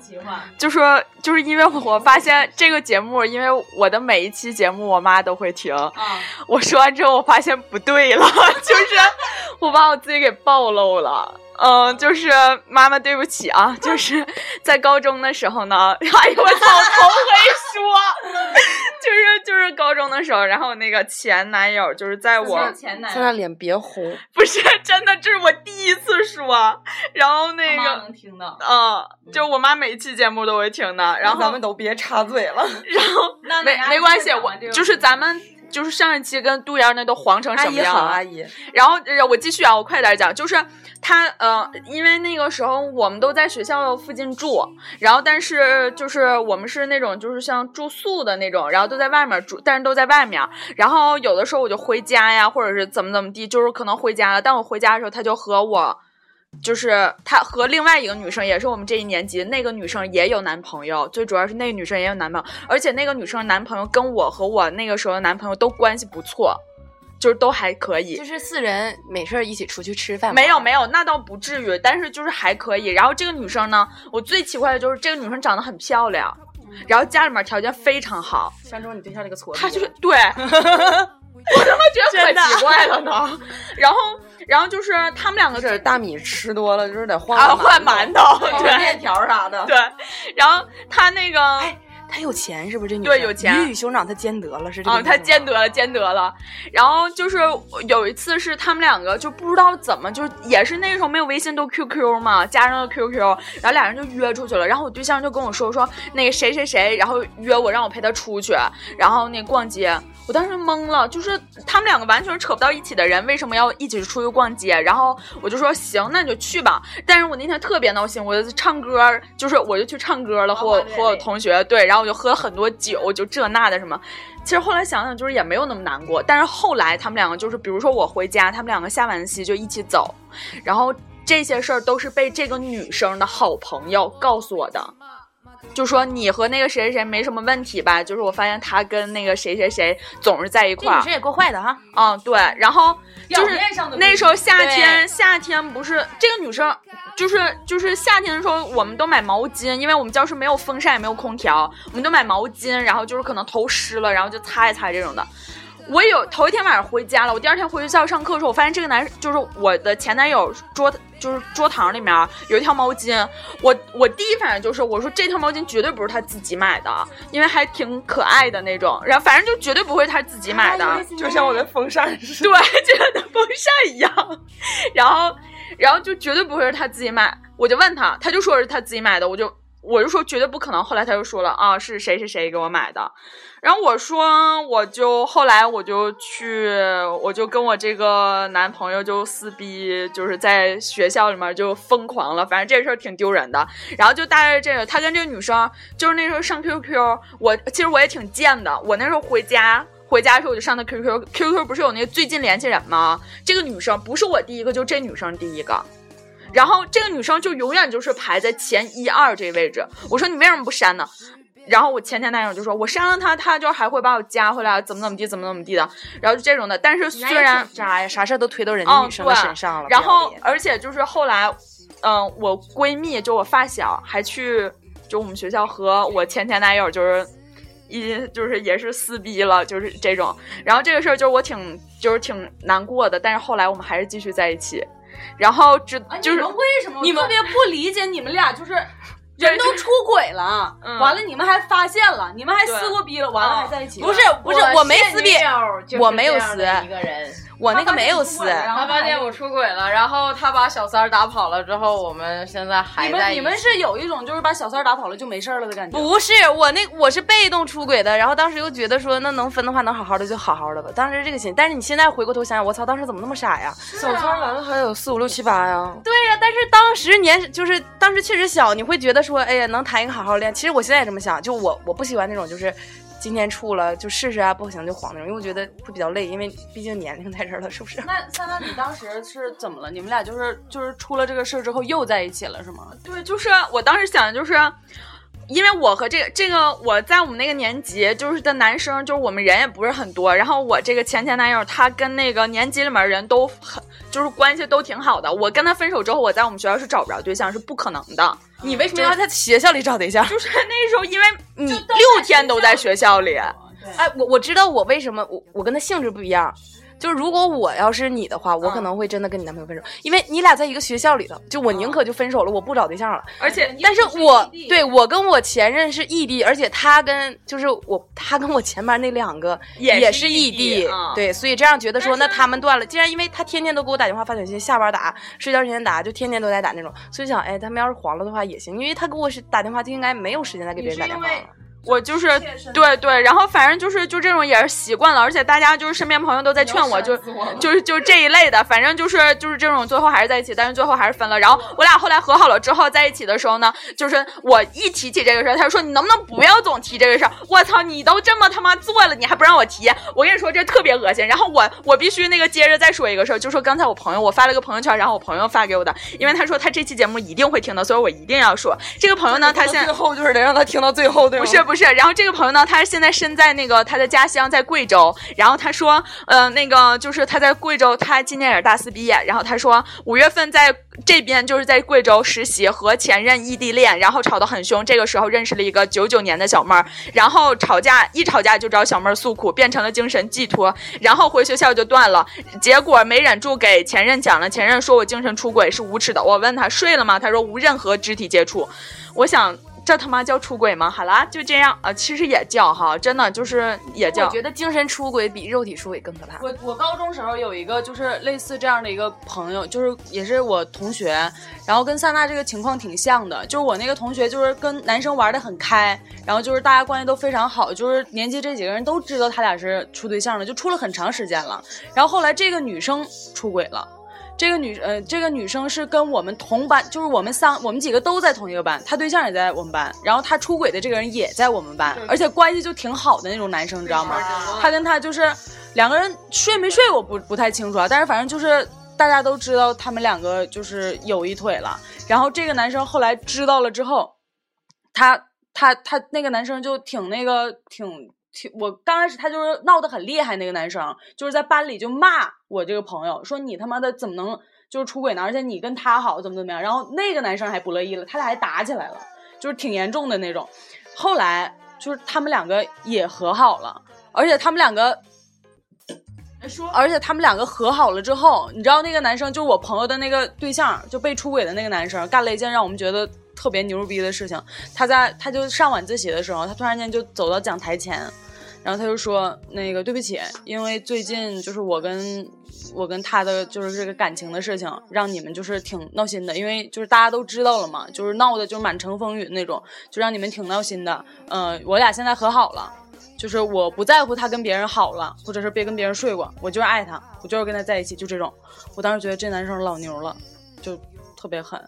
[SPEAKER 6] 就说就是因为我发现这个节目，因为我的每一期节目我妈都会听，
[SPEAKER 7] 啊
[SPEAKER 2] 啊
[SPEAKER 6] 我说完之后我发现不对了， 就是我把我自己给暴露了。嗯，就是妈妈，对不起啊，就是在高中的时候呢， 哎呦我操，头回说， 就是就是高中的时候，然后那个前男友就是在我
[SPEAKER 2] 前
[SPEAKER 4] 咱俩脸别红，
[SPEAKER 6] 不是真的，这是我第一次说，然后那个，
[SPEAKER 2] 听到。
[SPEAKER 6] 嗯，就是我妈每期节目都会听的，然后
[SPEAKER 4] 咱们都别插嘴了。
[SPEAKER 6] 然后
[SPEAKER 2] 那
[SPEAKER 6] 没没关系，我就是咱们就是上一期跟杜妍儿那啊都黄成
[SPEAKER 4] 阿
[SPEAKER 6] 什
[SPEAKER 4] 姨
[SPEAKER 6] 么样
[SPEAKER 4] 好，
[SPEAKER 6] 了
[SPEAKER 4] 啊阿姨，
[SPEAKER 6] 然后呃我继续啊，我快点讲，就是他呃，因为那个时候我们都在学校附近住，然后但是就是我们是那种就是像住宿的那种，然后都在外面住，但是都在外面。然后有的时候我就回家呀，或者是怎么怎么地，就是可能回家了，但我回家的时候他就和我。就是他和另外一个女生，也是我们这一年级，那个女生也有男朋友，最主要是那个女生也有男朋友，而且那个女生的男朋友跟我和我那个时候的男朋友都关系不错，就是都还可以。
[SPEAKER 7] 就是四人没事儿一起出去吃饭。
[SPEAKER 6] 没有没有，那倒不至于，但是就是还可以。然后这个女生呢，我最奇怪的就是这个女生长得很漂亮，
[SPEAKER 7] 嗯
[SPEAKER 6] 然后家里面条件非常好，
[SPEAKER 2] 相中你对象这个挫折，
[SPEAKER 6] 她就是 对，我他妈觉得可奇怪了呢。然后然后就是他们两个
[SPEAKER 4] 这是大米吃多了，就是得换
[SPEAKER 6] 啊
[SPEAKER 4] 换
[SPEAKER 6] 换馒头，对
[SPEAKER 4] 面条啥的。
[SPEAKER 6] 对，然后她那个。
[SPEAKER 7] 他哎有钱是不是？这女
[SPEAKER 6] 对
[SPEAKER 7] 生
[SPEAKER 6] 有钱
[SPEAKER 7] 鱼与熊掌，他兼得了是这个意
[SPEAKER 6] 啊，
[SPEAKER 7] 思吗。
[SPEAKER 6] 他兼得了，兼得了。然后就是有一次是他们两个就不知道怎么，就也是那时候没有微信，都 QQ 嘛，加上了 QQ，然后俩人就约出去了。然后我对象就跟我说说那个谁谁谁，然后约我让我陪他出去，然后那逛街。我当时懵了，就是他们两个完全扯不到一起的人，为什么要一起出去逛街？然后我就说行，那你就去吧。但是我那天特别闹心，我就唱歌，就是我就去唱歌了，和我和我同学对，然后我就喝了很多酒，就这那的什么。其实后来想想，就是也没有那么难过。但是后来他们两个就是，比如说我回家，他们两个下晚自习就一起走，然后这些事儿都是被这个女生的好朋友告诉我的，就说你和那个谁谁谁没什么问题吧？就是我发现他跟那个谁谁谁总是在一块
[SPEAKER 7] 这女
[SPEAKER 6] 儿
[SPEAKER 7] 生，也够坏的哈。
[SPEAKER 6] 嗯，对。然后就是
[SPEAKER 2] 上的
[SPEAKER 6] 那时候夏天，
[SPEAKER 7] 对
[SPEAKER 6] 夏天不是这个女生，就是就是夏天的时候，我们都买毛巾，因为我们教室没有风扇也没有空调，我们都买毛巾，然后就是可能头湿了，然后就擦一擦这种的。我有头一天晚上回家了，我第二天回学校上课的时候，我发现这个男就是我的前男友桌就是桌堂里面有一条毛巾，我我第一反应就是我说这条毛巾绝对不是他自己买的，因为还挺可爱的那种，然后反正就绝对不会他自己买的。
[SPEAKER 2] 啊
[SPEAKER 4] 就啊像我的风扇 似的。
[SPEAKER 6] 对，就像那风扇一样。然后，然后就绝对不会是他自己买。我就问他，他就说是他自己买的，我就我就说绝对不可能。后来他就说了啊，是谁谁谁给我买的。然后我说我就后来我就去，我就跟我这个男朋友就撕逼，就是在学校里面就疯狂了。反正这事儿挺丢人的。然后就带着这个，他跟这个女生就是那时候上 QQ，我其实我也挺贱的。我那时候回家。回家的时候我就上他 QQ，QQ 不是有那个最近联系人吗？这个女生不是我第一个，就这女生第一个。然后这个女生就永远就是排在前一二这位置。我说你为什么不删呢？然后我前前男友就说，我删了他，他就还会把我加回来，怎么怎么地，怎么怎么地的，然后就这种的。但是虽然
[SPEAKER 7] 渣呀，啥事儿都推到人
[SPEAKER 6] 嗯
[SPEAKER 7] 家女生的
[SPEAKER 6] 对
[SPEAKER 7] 身上了。
[SPEAKER 6] 然
[SPEAKER 7] 不要
[SPEAKER 6] 后
[SPEAKER 7] 脸
[SPEAKER 6] 而且就是后来，嗯、我闺蜜就我发小还去就我们学校和我前前男友就是一就是也是撕逼了，就是这种。然后这个事儿就是我挺就是挺难过的，但是后来我们还是继续在一起。然后只
[SPEAKER 2] 啊
[SPEAKER 6] 就是
[SPEAKER 2] 为什么
[SPEAKER 6] 你们
[SPEAKER 2] 特别不理解你们俩就是人都出轨了，
[SPEAKER 6] 嗯
[SPEAKER 2] 完了你们还发现了，你们还
[SPEAKER 6] 对
[SPEAKER 2] 撕过逼了，完了
[SPEAKER 6] 嗯
[SPEAKER 2] 还在一起了，
[SPEAKER 7] 不是不是，我没撕逼，我没有撕，我那个没有撕。
[SPEAKER 2] 他发现我出轨了，然后他把小三打跑了之后，我们现在还在。你们你们是有一种就是把小三打跑了就没事儿了的感觉。
[SPEAKER 7] 不是我那我是被动出轨的，然后当时又觉得说那能分的话能好好的就好好的吧，当时这个心。但是你现在回过头想想，我操，当时怎么那么傻呀？
[SPEAKER 6] 啊
[SPEAKER 4] 小三儿完了还有四五六七八呀，
[SPEAKER 7] 对呀、但是当时年就是当时确实小，你会觉得说，哎呀，能谈一个好好恋爱。其实我现在也这么想，就我我不喜欢那种就是今天处了就试试啊，不行就晃那种，因为我觉得会比较累，因为毕竟年龄在这儿了，是不是？
[SPEAKER 2] 那三三，你当时是怎么了？你们俩就是就是出了这个事儿之后又在一起了是吗？
[SPEAKER 6] 对，就是我当时想的就是。因为我和这个这个我在我们那个年级就是的男生，就是我们人也不是很多。然后我这个前前男友，他跟那个年级里面人都很，就是关系都挺好的。我跟他分手之后，我在我们学校是找不着对象，是不可能的。
[SPEAKER 7] 你为什么要在学校里找对象？
[SPEAKER 6] 就是 那时候，因为你六天都在学校里，
[SPEAKER 7] 哎，我我知道我为什么我我跟他性质不一样，就是如果我要是你的话，
[SPEAKER 6] 嗯
[SPEAKER 7] 我可能会真的跟你男朋友分手，因为你俩在一个学校里头，就我
[SPEAKER 6] 嗯
[SPEAKER 7] 宁可就分手了，我不找对象了。
[SPEAKER 6] 而且
[SPEAKER 7] 但是我对我跟我前任是异地，而且他跟就是我他跟我前班那两个
[SPEAKER 6] 也是
[SPEAKER 7] 是
[SPEAKER 6] 异
[SPEAKER 7] 异
[SPEAKER 6] 地嗯
[SPEAKER 7] 对，所以这样觉得说那他们断了，既然因为他天天都给我打电话发短信，下班打，睡觉之前打，就天天都在打那种，所以想哎他们要是黄了的话也行，因为他给我是打电话就应该没有时间再给别人打电话了。
[SPEAKER 6] 我就是对对，然后反正就是就这种也是习惯了，而且大家就是身边朋友都在 劝我，就就是就是这一类的，反正就是就是这种，最后还是在一起，但是最后还是分了。然后我俩后来和好了之后，在一起的时候呢，就是我一提起这个事儿，他就说你能不能不要总提这个事儿？我操，你都这么他妈做了，你还不让我提？我跟你说这特别恶心。然后我我必须那个接着再说一个事儿，就说刚才我朋友我发了个朋友圈，然后我朋友发给我的，因为他说他这期节目一定会听的，所以我一定要说。这个朋友呢，他现在
[SPEAKER 4] 最后就是得让他听到最后，对吗？
[SPEAKER 6] 不是不是，然后这个朋友呢，他现在身在那个他的家乡在贵州，然后他说，呃，那个就是他在贵州，他今年也是大四毕业，然后他说五月份在这边就是在贵州实习，和前任异地恋，然后吵得很凶，这个时候认识了一个九九年的小妹儿，然后吵架一吵架就找小妹儿诉苦，变成了精神寄托，然后回学校就断了，结果没忍住给前任讲了，前任说我精神出轨是无耻的，我问他睡了吗？他说无任何肢体接触，我想。这他妈叫出轨吗？好啦，就这样啊，其实也叫哈，真的就是也
[SPEAKER 7] 我
[SPEAKER 6] 叫。
[SPEAKER 7] 觉得精神出轨比肉体出轨更可怕。
[SPEAKER 2] 我我高中时候有一个就是类似这样的一个朋友，就是也是我同学，然后跟萨娜这个情况挺像的。就是我那个同学就是跟男生玩的很开，然后就是大家关系都非常好，就是年级这几个人都知道他俩是处对象了，就处了很长时间了。然后后来这个女生出轨了。这个女呃，这个女生是跟我们同班，就是我们三我们几个都在同一个班，她对象也
[SPEAKER 6] 哎
[SPEAKER 2] 在我们班，然后她出轨的这个人也在我们班，而且关系就挺好的那种男生，你知道吗？她跟他就是两个人睡没睡我不不太清楚啊，但是反正就是大家都知道他们两个就是有一腿了。然后这个男生后来知道了之后，他他他那个男生就挺那个挺挺，我刚开始他就是闹得很厉害，那个男生就是在班里就骂我这个朋友，说你他妈的怎么能就是出轨呢？而且你跟他好怎么怎么样？然后那个男生还不乐意了，他俩还打起来了，就是挺严重的那种。后来就是他们两个也和好了，而且他们两个而且他们两个和好了之后，你知道那个男生就是我朋友的那个对象，就被出轨的那个男生干了一件让我们觉得特别牛逼的事情。他在他就上晚自习的时候，他突然间就走到讲台前，
[SPEAKER 7] 然后他就说那个对不起，因为最近就是我跟我跟他的就是这个感情的事情，让你们就是挺闹心的，因为就是大家都知道了嘛，就是闹的就是满城风雨那种，就让你们挺闹心的。呃，我俩现在和好了。就是我不在乎他跟别人好了，或者是别跟别人睡过，我就是爱他，我就是跟他在一起，就这种。我当时觉得这男生老牛了，就特别狠，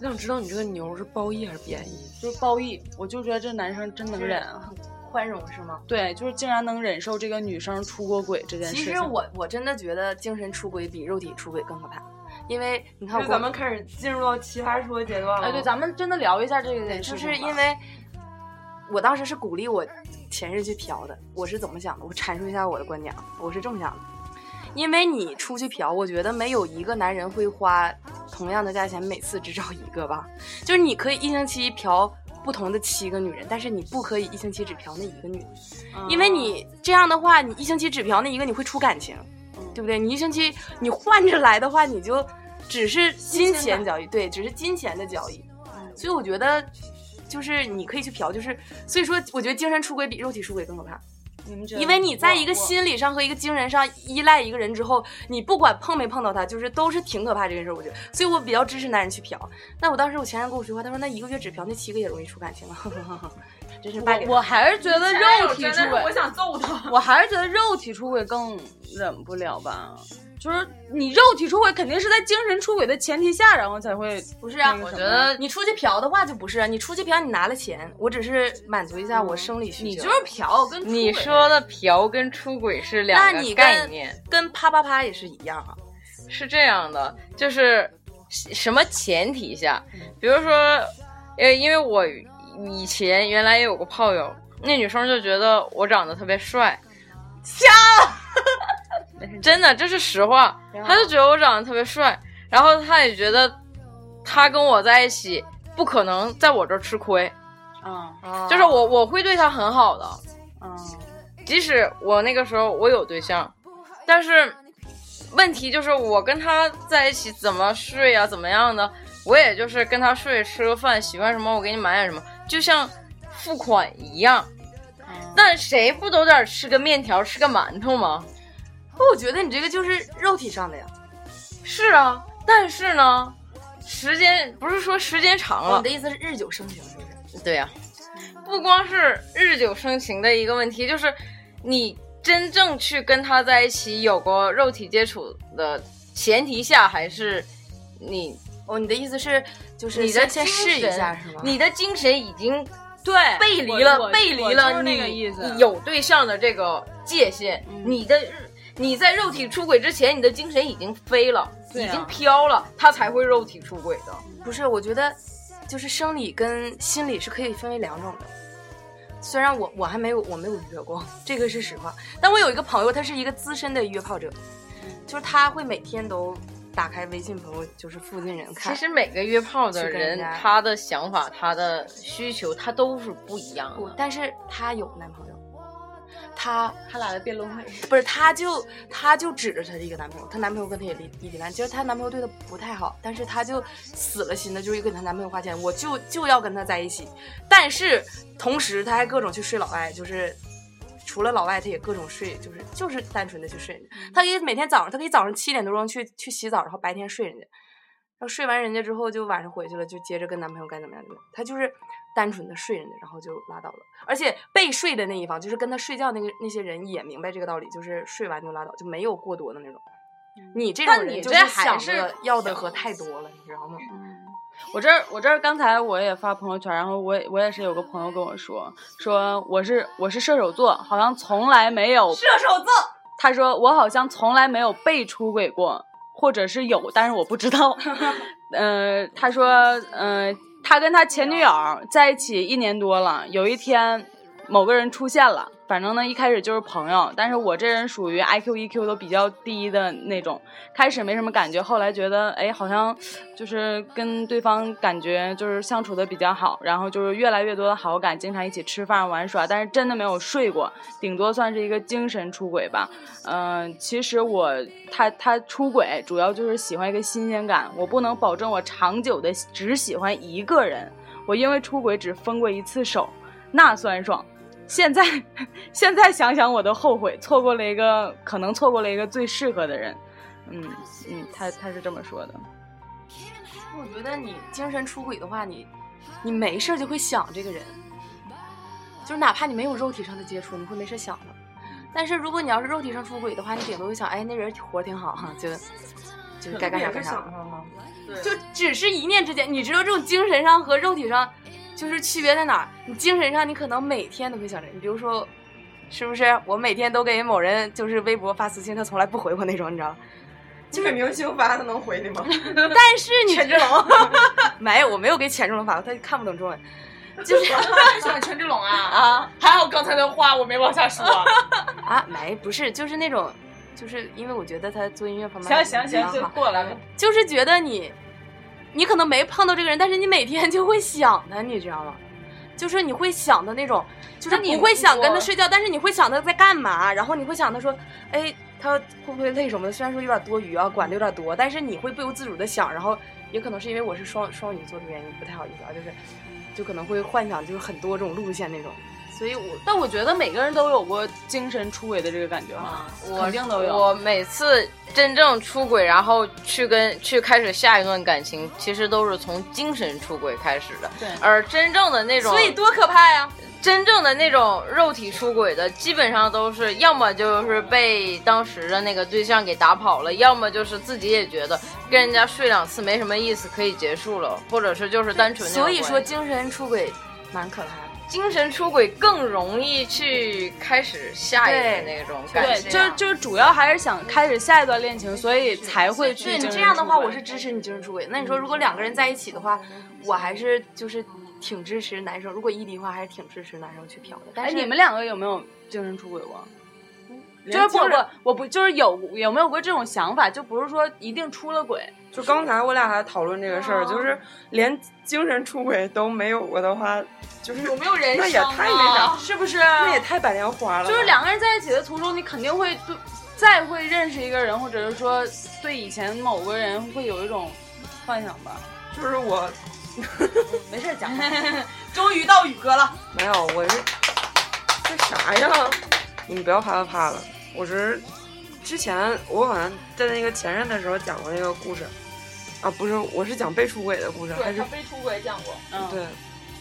[SPEAKER 6] 我想知道你这个牛是褒义还是贬义？
[SPEAKER 7] 就是褒义。我就觉得这男生真能忍啊，
[SPEAKER 6] 宽容是吗？
[SPEAKER 7] 对，就是竟然能忍受这个女生出过轨这件事
[SPEAKER 6] 其
[SPEAKER 7] 情。
[SPEAKER 6] 实我我真的觉得精神出轨比肉体出轨更可怕，因为你看
[SPEAKER 4] 那
[SPEAKER 6] 我
[SPEAKER 4] 咱们开始进入到奇葩说阶段了。
[SPEAKER 7] 哎，对，咱们真的聊一下这个，
[SPEAKER 6] 嗯就是因为我当时是鼓励我前任去嫖的，我是怎么想的？我阐述一下我的观点，啊，我是这么想的。因为你出去嫖，我觉得没有一个男人会花同样的价钱，每次只找一个吧。就是你可以一星期嫖不同的七个女人，但是你不可以一星期只嫖那一个女人，因为你这样的话，你一星期只嫖那一个，你会出感情，对不对？你一星期你换着来的话，你就只是金钱交易，对，只是金钱的交易。所以我觉得，就是你可以去嫖，就是所以说，我觉得精神出轨比肉体出轨更可怕。因为你在一个心理上和一个精神上依赖一个人之后，你不管碰没碰到他，就是都是挺可怕这件事儿，我觉得。所以我比较支持男人去嫖。那我当时我前任跟我说话，他说那一个月只嫖那七个也容易出感情了， 真是败给
[SPEAKER 7] 我还是觉得肉体
[SPEAKER 11] 真
[SPEAKER 7] 出
[SPEAKER 11] 的是
[SPEAKER 7] 轨，
[SPEAKER 11] 我想揍他。
[SPEAKER 7] 我还是觉得肉体出轨更忍不了吧。就是你肉体出轨肯定是在精神出轨的前提下，然后才会
[SPEAKER 6] 不是啊
[SPEAKER 7] 那，个
[SPEAKER 6] 我
[SPEAKER 7] 什
[SPEAKER 6] 觉
[SPEAKER 7] 么
[SPEAKER 6] 得你出去嫖的话就不是啊，你出去嫖你拿了钱，我只是满足一下我生理需求。
[SPEAKER 7] 嗯你就是嫖跟出轨
[SPEAKER 5] 你说的嫖跟出轨是两
[SPEAKER 6] 那
[SPEAKER 5] 个
[SPEAKER 6] 你
[SPEAKER 5] 概
[SPEAKER 6] 跟
[SPEAKER 5] 念。
[SPEAKER 6] 跟啪啪啪也是一样啊，
[SPEAKER 5] 是这样的，就是什么前提下？比如说，呃，因为我以前原来也有过炮友，那女生就觉得我长得特别帅，瞎了， 真的这是实话，她就觉得我长得特别帅，然后她也觉得她跟我在一起不可能在我这儿吃亏，
[SPEAKER 7] 嗯
[SPEAKER 5] 就是我我会对她很好的，
[SPEAKER 7] 嗯，
[SPEAKER 5] 即使我那个时候我有对象，但是问题就是我跟他在一起怎么睡啊，怎么样的，我也就是跟他睡，吃个饭，喜欢什么我给你买点什么，就像付款一样。但谁不都得吃个面条，吃个馒头吗？
[SPEAKER 6] 不，我觉得你这个就是肉体上的呀。
[SPEAKER 5] 是啊，但是呢，时间不是说时间长了
[SPEAKER 6] 哦你的，意思是日久生情是不是？
[SPEAKER 5] 对呀、不光是日久生情的一个问题，就是你真正去跟他在一起有过肉体接触的前提下，还是你
[SPEAKER 6] 哦，你的意思是就是
[SPEAKER 5] 你的
[SPEAKER 6] 先先
[SPEAKER 5] 精
[SPEAKER 6] 试一
[SPEAKER 5] 神
[SPEAKER 6] 下是吗？
[SPEAKER 5] 你的精神已经
[SPEAKER 7] 对，
[SPEAKER 5] 背离
[SPEAKER 7] 我
[SPEAKER 5] 了
[SPEAKER 7] 我
[SPEAKER 5] 背离
[SPEAKER 7] 我就
[SPEAKER 5] 了
[SPEAKER 7] 是那个
[SPEAKER 5] 你
[SPEAKER 7] 意思
[SPEAKER 5] 你有对象的这个界限，
[SPEAKER 6] 嗯
[SPEAKER 5] 你的日你在肉体出轨之前，你的精神已经飞了，
[SPEAKER 7] 对啊
[SPEAKER 5] 已经飘了，他才会肉体出轨的。
[SPEAKER 6] 不是，我觉得就是生理跟心理是可以分为两种的。虽然我我还没有我没有约过，这个是实话。但我有一个朋友，他是一个资深的约炮者，就是他会每天都打开微信朋友，就是附近人看
[SPEAKER 5] 其。实每个约炮的
[SPEAKER 6] 去跟人
[SPEAKER 5] 人，
[SPEAKER 6] 家
[SPEAKER 5] 他的想法、他的需求，他都是不一样
[SPEAKER 6] 不
[SPEAKER 7] 嗯
[SPEAKER 5] 的。，
[SPEAKER 6] 但是他有男朋友，他
[SPEAKER 7] 他俩的辩论会，
[SPEAKER 6] 不是，她就她就指着她的一个男朋友，她男朋友跟她也离异地恋，其实她男朋友对她不太好，但是她就死了心的，就是给她男朋友花钱，我就就要跟他在一起，但是同时她还各种去睡老外，就是。除了老外，她也各种睡，就是就是单纯的去睡人
[SPEAKER 7] 嗯
[SPEAKER 6] 家。她可以每天早上，她可以早上七点多钟去去洗澡，然后白天睡人家，然后睡完人家之后就晚上回去了，就接着跟男朋友该怎么样怎么样。她就是单纯的睡人家，然后就拉倒了。而且被睡的那一方，就是跟他睡觉那个那些人也明白这个道理，就是睡完就拉倒，就没有过多的那种。你这种
[SPEAKER 7] 但
[SPEAKER 6] 人
[SPEAKER 7] 你
[SPEAKER 6] 就
[SPEAKER 7] 这还
[SPEAKER 6] 想
[SPEAKER 7] 是
[SPEAKER 6] 的要的和太多了，你知道吗？
[SPEAKER 7] 我这儿我这儿刚才我也发朋友圈，然后我也我也是有个朋友跟我说，说我是我是射手座，好像从来没有射手座。他说我好像从来没有被出轨过，或者是有，但是我不知道。呃，他说，呃，他跟他前女友在一起一年多了，有一天某个人出现了，反正呢一开始就是朋友，但是我这人属于 IQ EQ 都比较低的那种，开始没什么感觉，后来觉得哎好像就是跟对方感觉就是相处的比较好，然后就是越来越多的好感，经常一起吃饭玩耍，但是真的没有睡过，顶多算是一个精神出轨吧。嗯、其实我他他出轨主要就是喜欢一个新鲜感，我不能保证我长久的只喜欢一个人，我因为出轨只分过一次手，那酸爽。现在 现在想想我都后悔，错过了一个可能错过了一个最适合的人。嗯嗯，他他是这么说的。
[SPEAKER 5] 我觉得你精神出轨的话，你你没事儿就会想这个人，就是哪怕你没有肉体上的接触，你会没事想他。但是如果你要是肉体上出轨的话，你顶多会想，哎，那人活得挺好哈，就就该干啥干啥。就只是一念之间，你知道这种精神上和肉体上就是区别在哪儿？你精神上你可能每天都会想着，你比如说，是不是我每天都给某人就是微博发私信，他从来不回我那种，你知道吗？
[SPEAKER 4] 就给明星发，他能回 你吗？
[SPEAKER 5] 但是你权志龙 没有，我没有给权志龙发过，他看不懂中文，就是
[SPEAKER 2] 喜欢权志龙 啊啊！还好刚才的话我没往下说。
[SPEAKER 5] 啊，没不是，就是那种，就是因为我觉得他做音乐方
[SPEAKER 2] 行
[SPEAKER 5] 面
[SPEAKER 2] 行行
[SPEAKER 5] 很
[SPEAKER 2] 行
[SPEAKER 5] 好，
[SPEAKER 2] 过来吧。
[SPEAKER 5] 就是觉得你，你可能没碰到这个人，但是你每天就会想他，你知道吗？就是你会想的那种，就是
[SPEAKER 2] 你
[SPEAKER 5] 不会想跟他
[SPEAKER 2] 我
[SPEAKER 5] 睡觉，但是你会想他在干嘛，然后你会想他说，哎，他会不会累什么的？虽然说有点多余啊，管的有点多，但是你会不由自主的想，然后也可能是因为我是双双鱼座的原因，不太好意思啊，就是就可能会幻想就是很多种路线那种，所以我
[SPEAKER 7] 但我觉得每个人都有过精神出轨的这个感觉
[SPEAKER 5] 啊
[SPEAKER 7] 哈，肯定都有。
[SPEAKER 12] 我每次真正出轨，然后去跟去开始下一段感情，其实都是从精神出轨开始的。
[SPEAKER 7] 对
[SPEAKER 12] 而真正的那种，
[SPEAKER 5] 所以多可怕呀！
[SPEAKER 12] 真正的那种肉体出轨的，基本上都是要么就是被当时的那个对象给打跑了，要么就是自己也觉得跟人家睡两次没什么意思，可以结束了，或者是就是单纯那种
[SPEAKER 5] 所以
[SPEAKER 12] 关
[SPEAKER 5] 说
[SPEAKER 12] 系
[SPEAKER 5] 精神出轨蛮可怕的。
[SPEAKER 12] 精神出轨更容易去开始下一个那种感
[SPEAKER 7] 对，
[SPEAKER 12] 情。
[SPEAKER 5] 啊
[SPEAKER 7] 就就是主要还是想开始下一段恋情，所以才会去
[SPEAKER 5] 对你
[SPEAKER 7] 精神
[SPEAKER 5] 这样的话，
[SPEAKER 7] 出轨
[SPEAKER 5] 我是支持你精神出轨。那你说，如果两个人在一起的话，我还是就是挺支持男生。如果异地的话，还是挺支持男生去嫖的。但
[SPEAKER 7] 哎，
[SPEAKER 5] 是
[SPEAKER 7] 你们两个有没有精神出轨过？
[SPEAKER 5] 嗯
[SPEAKER 7] 就是
[SPEAKER 4] 连
[SPEAKER 7] 不
[SPEAKER 4] 精神
[SPEAKER 7] 不我不就是有有没有过这种想法？就不是说一定出了轨，
[SPEAKER 4] 就刚才我俩还讨论这个事儿，就是连精神出轨都没有过的话，就是有没有人啊那也太那啥，
[SPEAKER 7] 是不是？
[SPEAKER 4] 那也太白莲花了吧。
[SPEAKER 7] 就是两个人在一起的途中，你肯定会对再会认识一个人，或者是说对以前某个人会有一种幻想吧。
[SPEAKER 4] 就是 我
[SPEAKER 7] 没事儿讲，
[SPEAKER 2] 终于到宇哥了，
[SPEAKER 4] 没有，我是这啥呀？你们不要啪啪啪了，我是之前我好像在那个前任的时候讲过那个故事，啊，不是，我是讲被出轨的故事，还
[SPEAKER 2] 对
[SPEAKER 4] 是
[SPEAKER 2] 他非出轨讲过，
[SPEAKER 7] 嗯，
[SPEAKER 4] 对，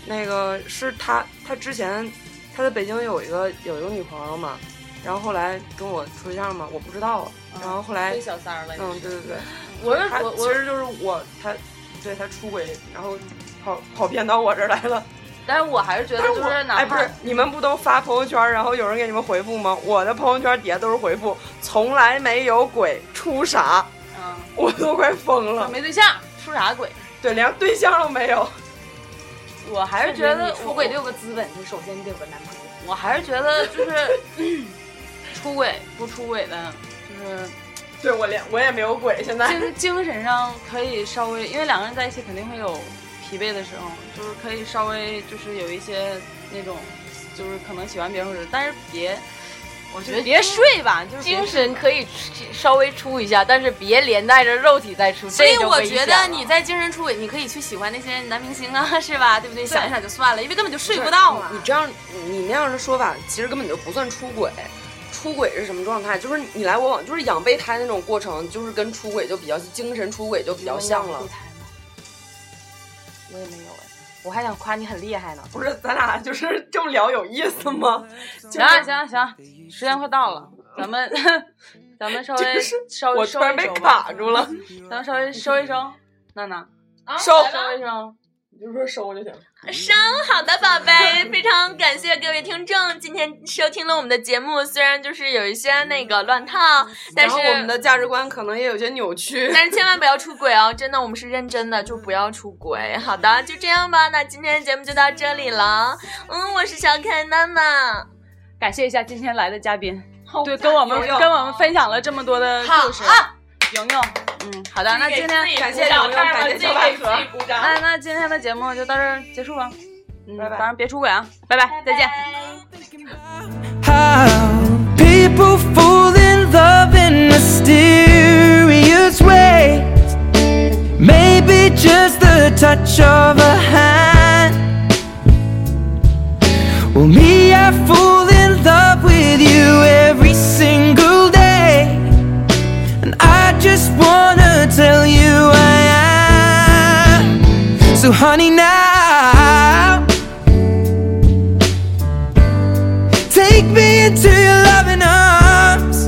[SPEAKER 4] 那个是他，他之前他在北京有一个有一个女朋友嘛，然后后来跟我处对象嘛，我不知道，然后后来
[SPEAKER 2] 嗯被，小三儿了。
[SPEAKER 4] 嗯，对对对，
[SPEAKER 7] 我是
[SPEAKER 4] 他
[SPEAKER 7] 我
[SPEAKER 4] 其
[SPEAKER 7] 我，
[SPEAKER 4] 实就是我，他对他出轨，然后跑跑偏到我这儿来了。
[SPEAKER 7] 但是我还是觉得
[SPEAKER 4] 但
[SPEAKER 7] 就是
[SPEAKER 4] 我
[SPEAKER 7] 是哪
[SPEAKER 4] 哎，不
[SPEAKER 7] 怕
[SPEAKER 4] 是你们不都发朋友圈，然后有人给你们回复吗？我的朋友圈底下都是回复，从来没有鬼，出啥？
[SPEAKER 7] 嗯
[SPEAKER 4] 我都快疯了。
[SPEAKER 7] 没对象出啥轨，
[SPEAKER 4] 对，连对象都没有。
[SPEAKER 7] 我还是觉得
[SPEAKER 5] 出
[SPEAKER 7] 我
[SPEAKER 5] 轨得有个资本，就首先你得有个男朋友。
[SPEAKER 7] 我还是觉得就是 出轨不出轨的， 就是
[SPEAKER 4] 对我连我也没有鬼，现在
[SPEAKER 7] 精精神上可以稍微，因为两个人在一起肯定会有疲惫的时候，就是可以稍微就是有一些那种，就是可能喜欢别人或者，但是别，我觉得别睡吧，就是别
[SPEAKER 12] 精神可以出稍微出一下，但是别连带着肉体再出。
[SPEAKER 5] 所以
[SPEAKER 12] 这就
[SPEAKER 5] 我
[SPEAKER 12] 危
[SPEAKER 5] 觉
[SPEAKER 12] 险
[SPEAKER 5] 得
[SPEAKER 12] 了
[SPEAKER 5] 你在精神出轨，你可以去喜欢那些男明星啊，是吧？对不对？想一想就算了，因为根本就睡不到嘛
[SPEAKER 4] 你。这样你那样的说法，其实根本就不算出轨。出轨是什么状态？就是你来我往，就是养备胎那种过程，就是跟出轨就比较精神出轨就比较像了。
[SPEAKER 5] 我也没有哎，我还想夸你很厉害呢。
[SPEAKER 4] 不是，咱俩就是这么聊有意思吗？
[SPEAKER 7] 行啊行啊行啊，时间快到了，咱们 咱们稍
[SPEAKER 4] 哎
[SPEAKER 7] 微稍微
[SPEAKER 4] 我
[SPEAKER 7] 收
[SPEAKER 4] 突
[SPEAKER 7] 一
[SPEAKER 4] 然被
[SPEAKER 7] 收吧，
[SPEAKER 4] 卡住了，
[SPEAKER 7] 咱们稍微收一收，娜娜
[SPEAKER 4] 收
[SPEAKER 7] 收一收，
[SPEAKER 4] 你就说收就行。
[SPEAKER 13] 生好的宝贝，非常感谢各位听众今天收听了我们的节目，虽然就是有一些那个乱套，但
[SPEAKER 4] 然
[SPEAKER 13] 是
[SPEAKER 4] 后我们的价值观可能也有些扭曲。
[SPEAKER 13] 但是千万不要出轨哦，真的，我们是认真的，就不要出轨。好的，就这样吧，那今天的节目就到这里了。嗯，我是小可爱娜娜，
[SPEAKER 7] 感谢一下今天来的嘉宾，对，跟我们跟我们分享了这么多的故事，莹莹，嗯，好的，那今天
[SPEAKER 4] 感谢刘勇，感谢小 百合。
[SPEAKER 7] 那哎那今天的节目就到这儿结束了，嗯，当然别出轨啊，拜拜，再见。
[SPEAKER 1] how people fall in love in mysterious ways. Maybe just the touch of a hand. Well, me, I fall. So honey now Take me into your loving arms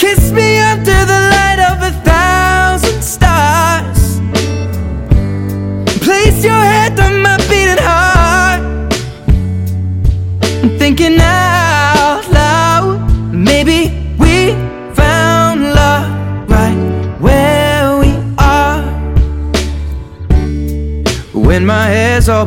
[SPEAKER 1] Kiss me under the light of a thousand stars Place your head on my beating heart I'm Thinking out loud Maybe we found love right where we are When my hair's all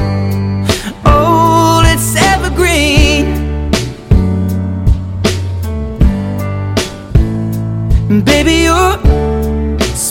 [SPEAKER 1] old, it's evergreen Baby, you're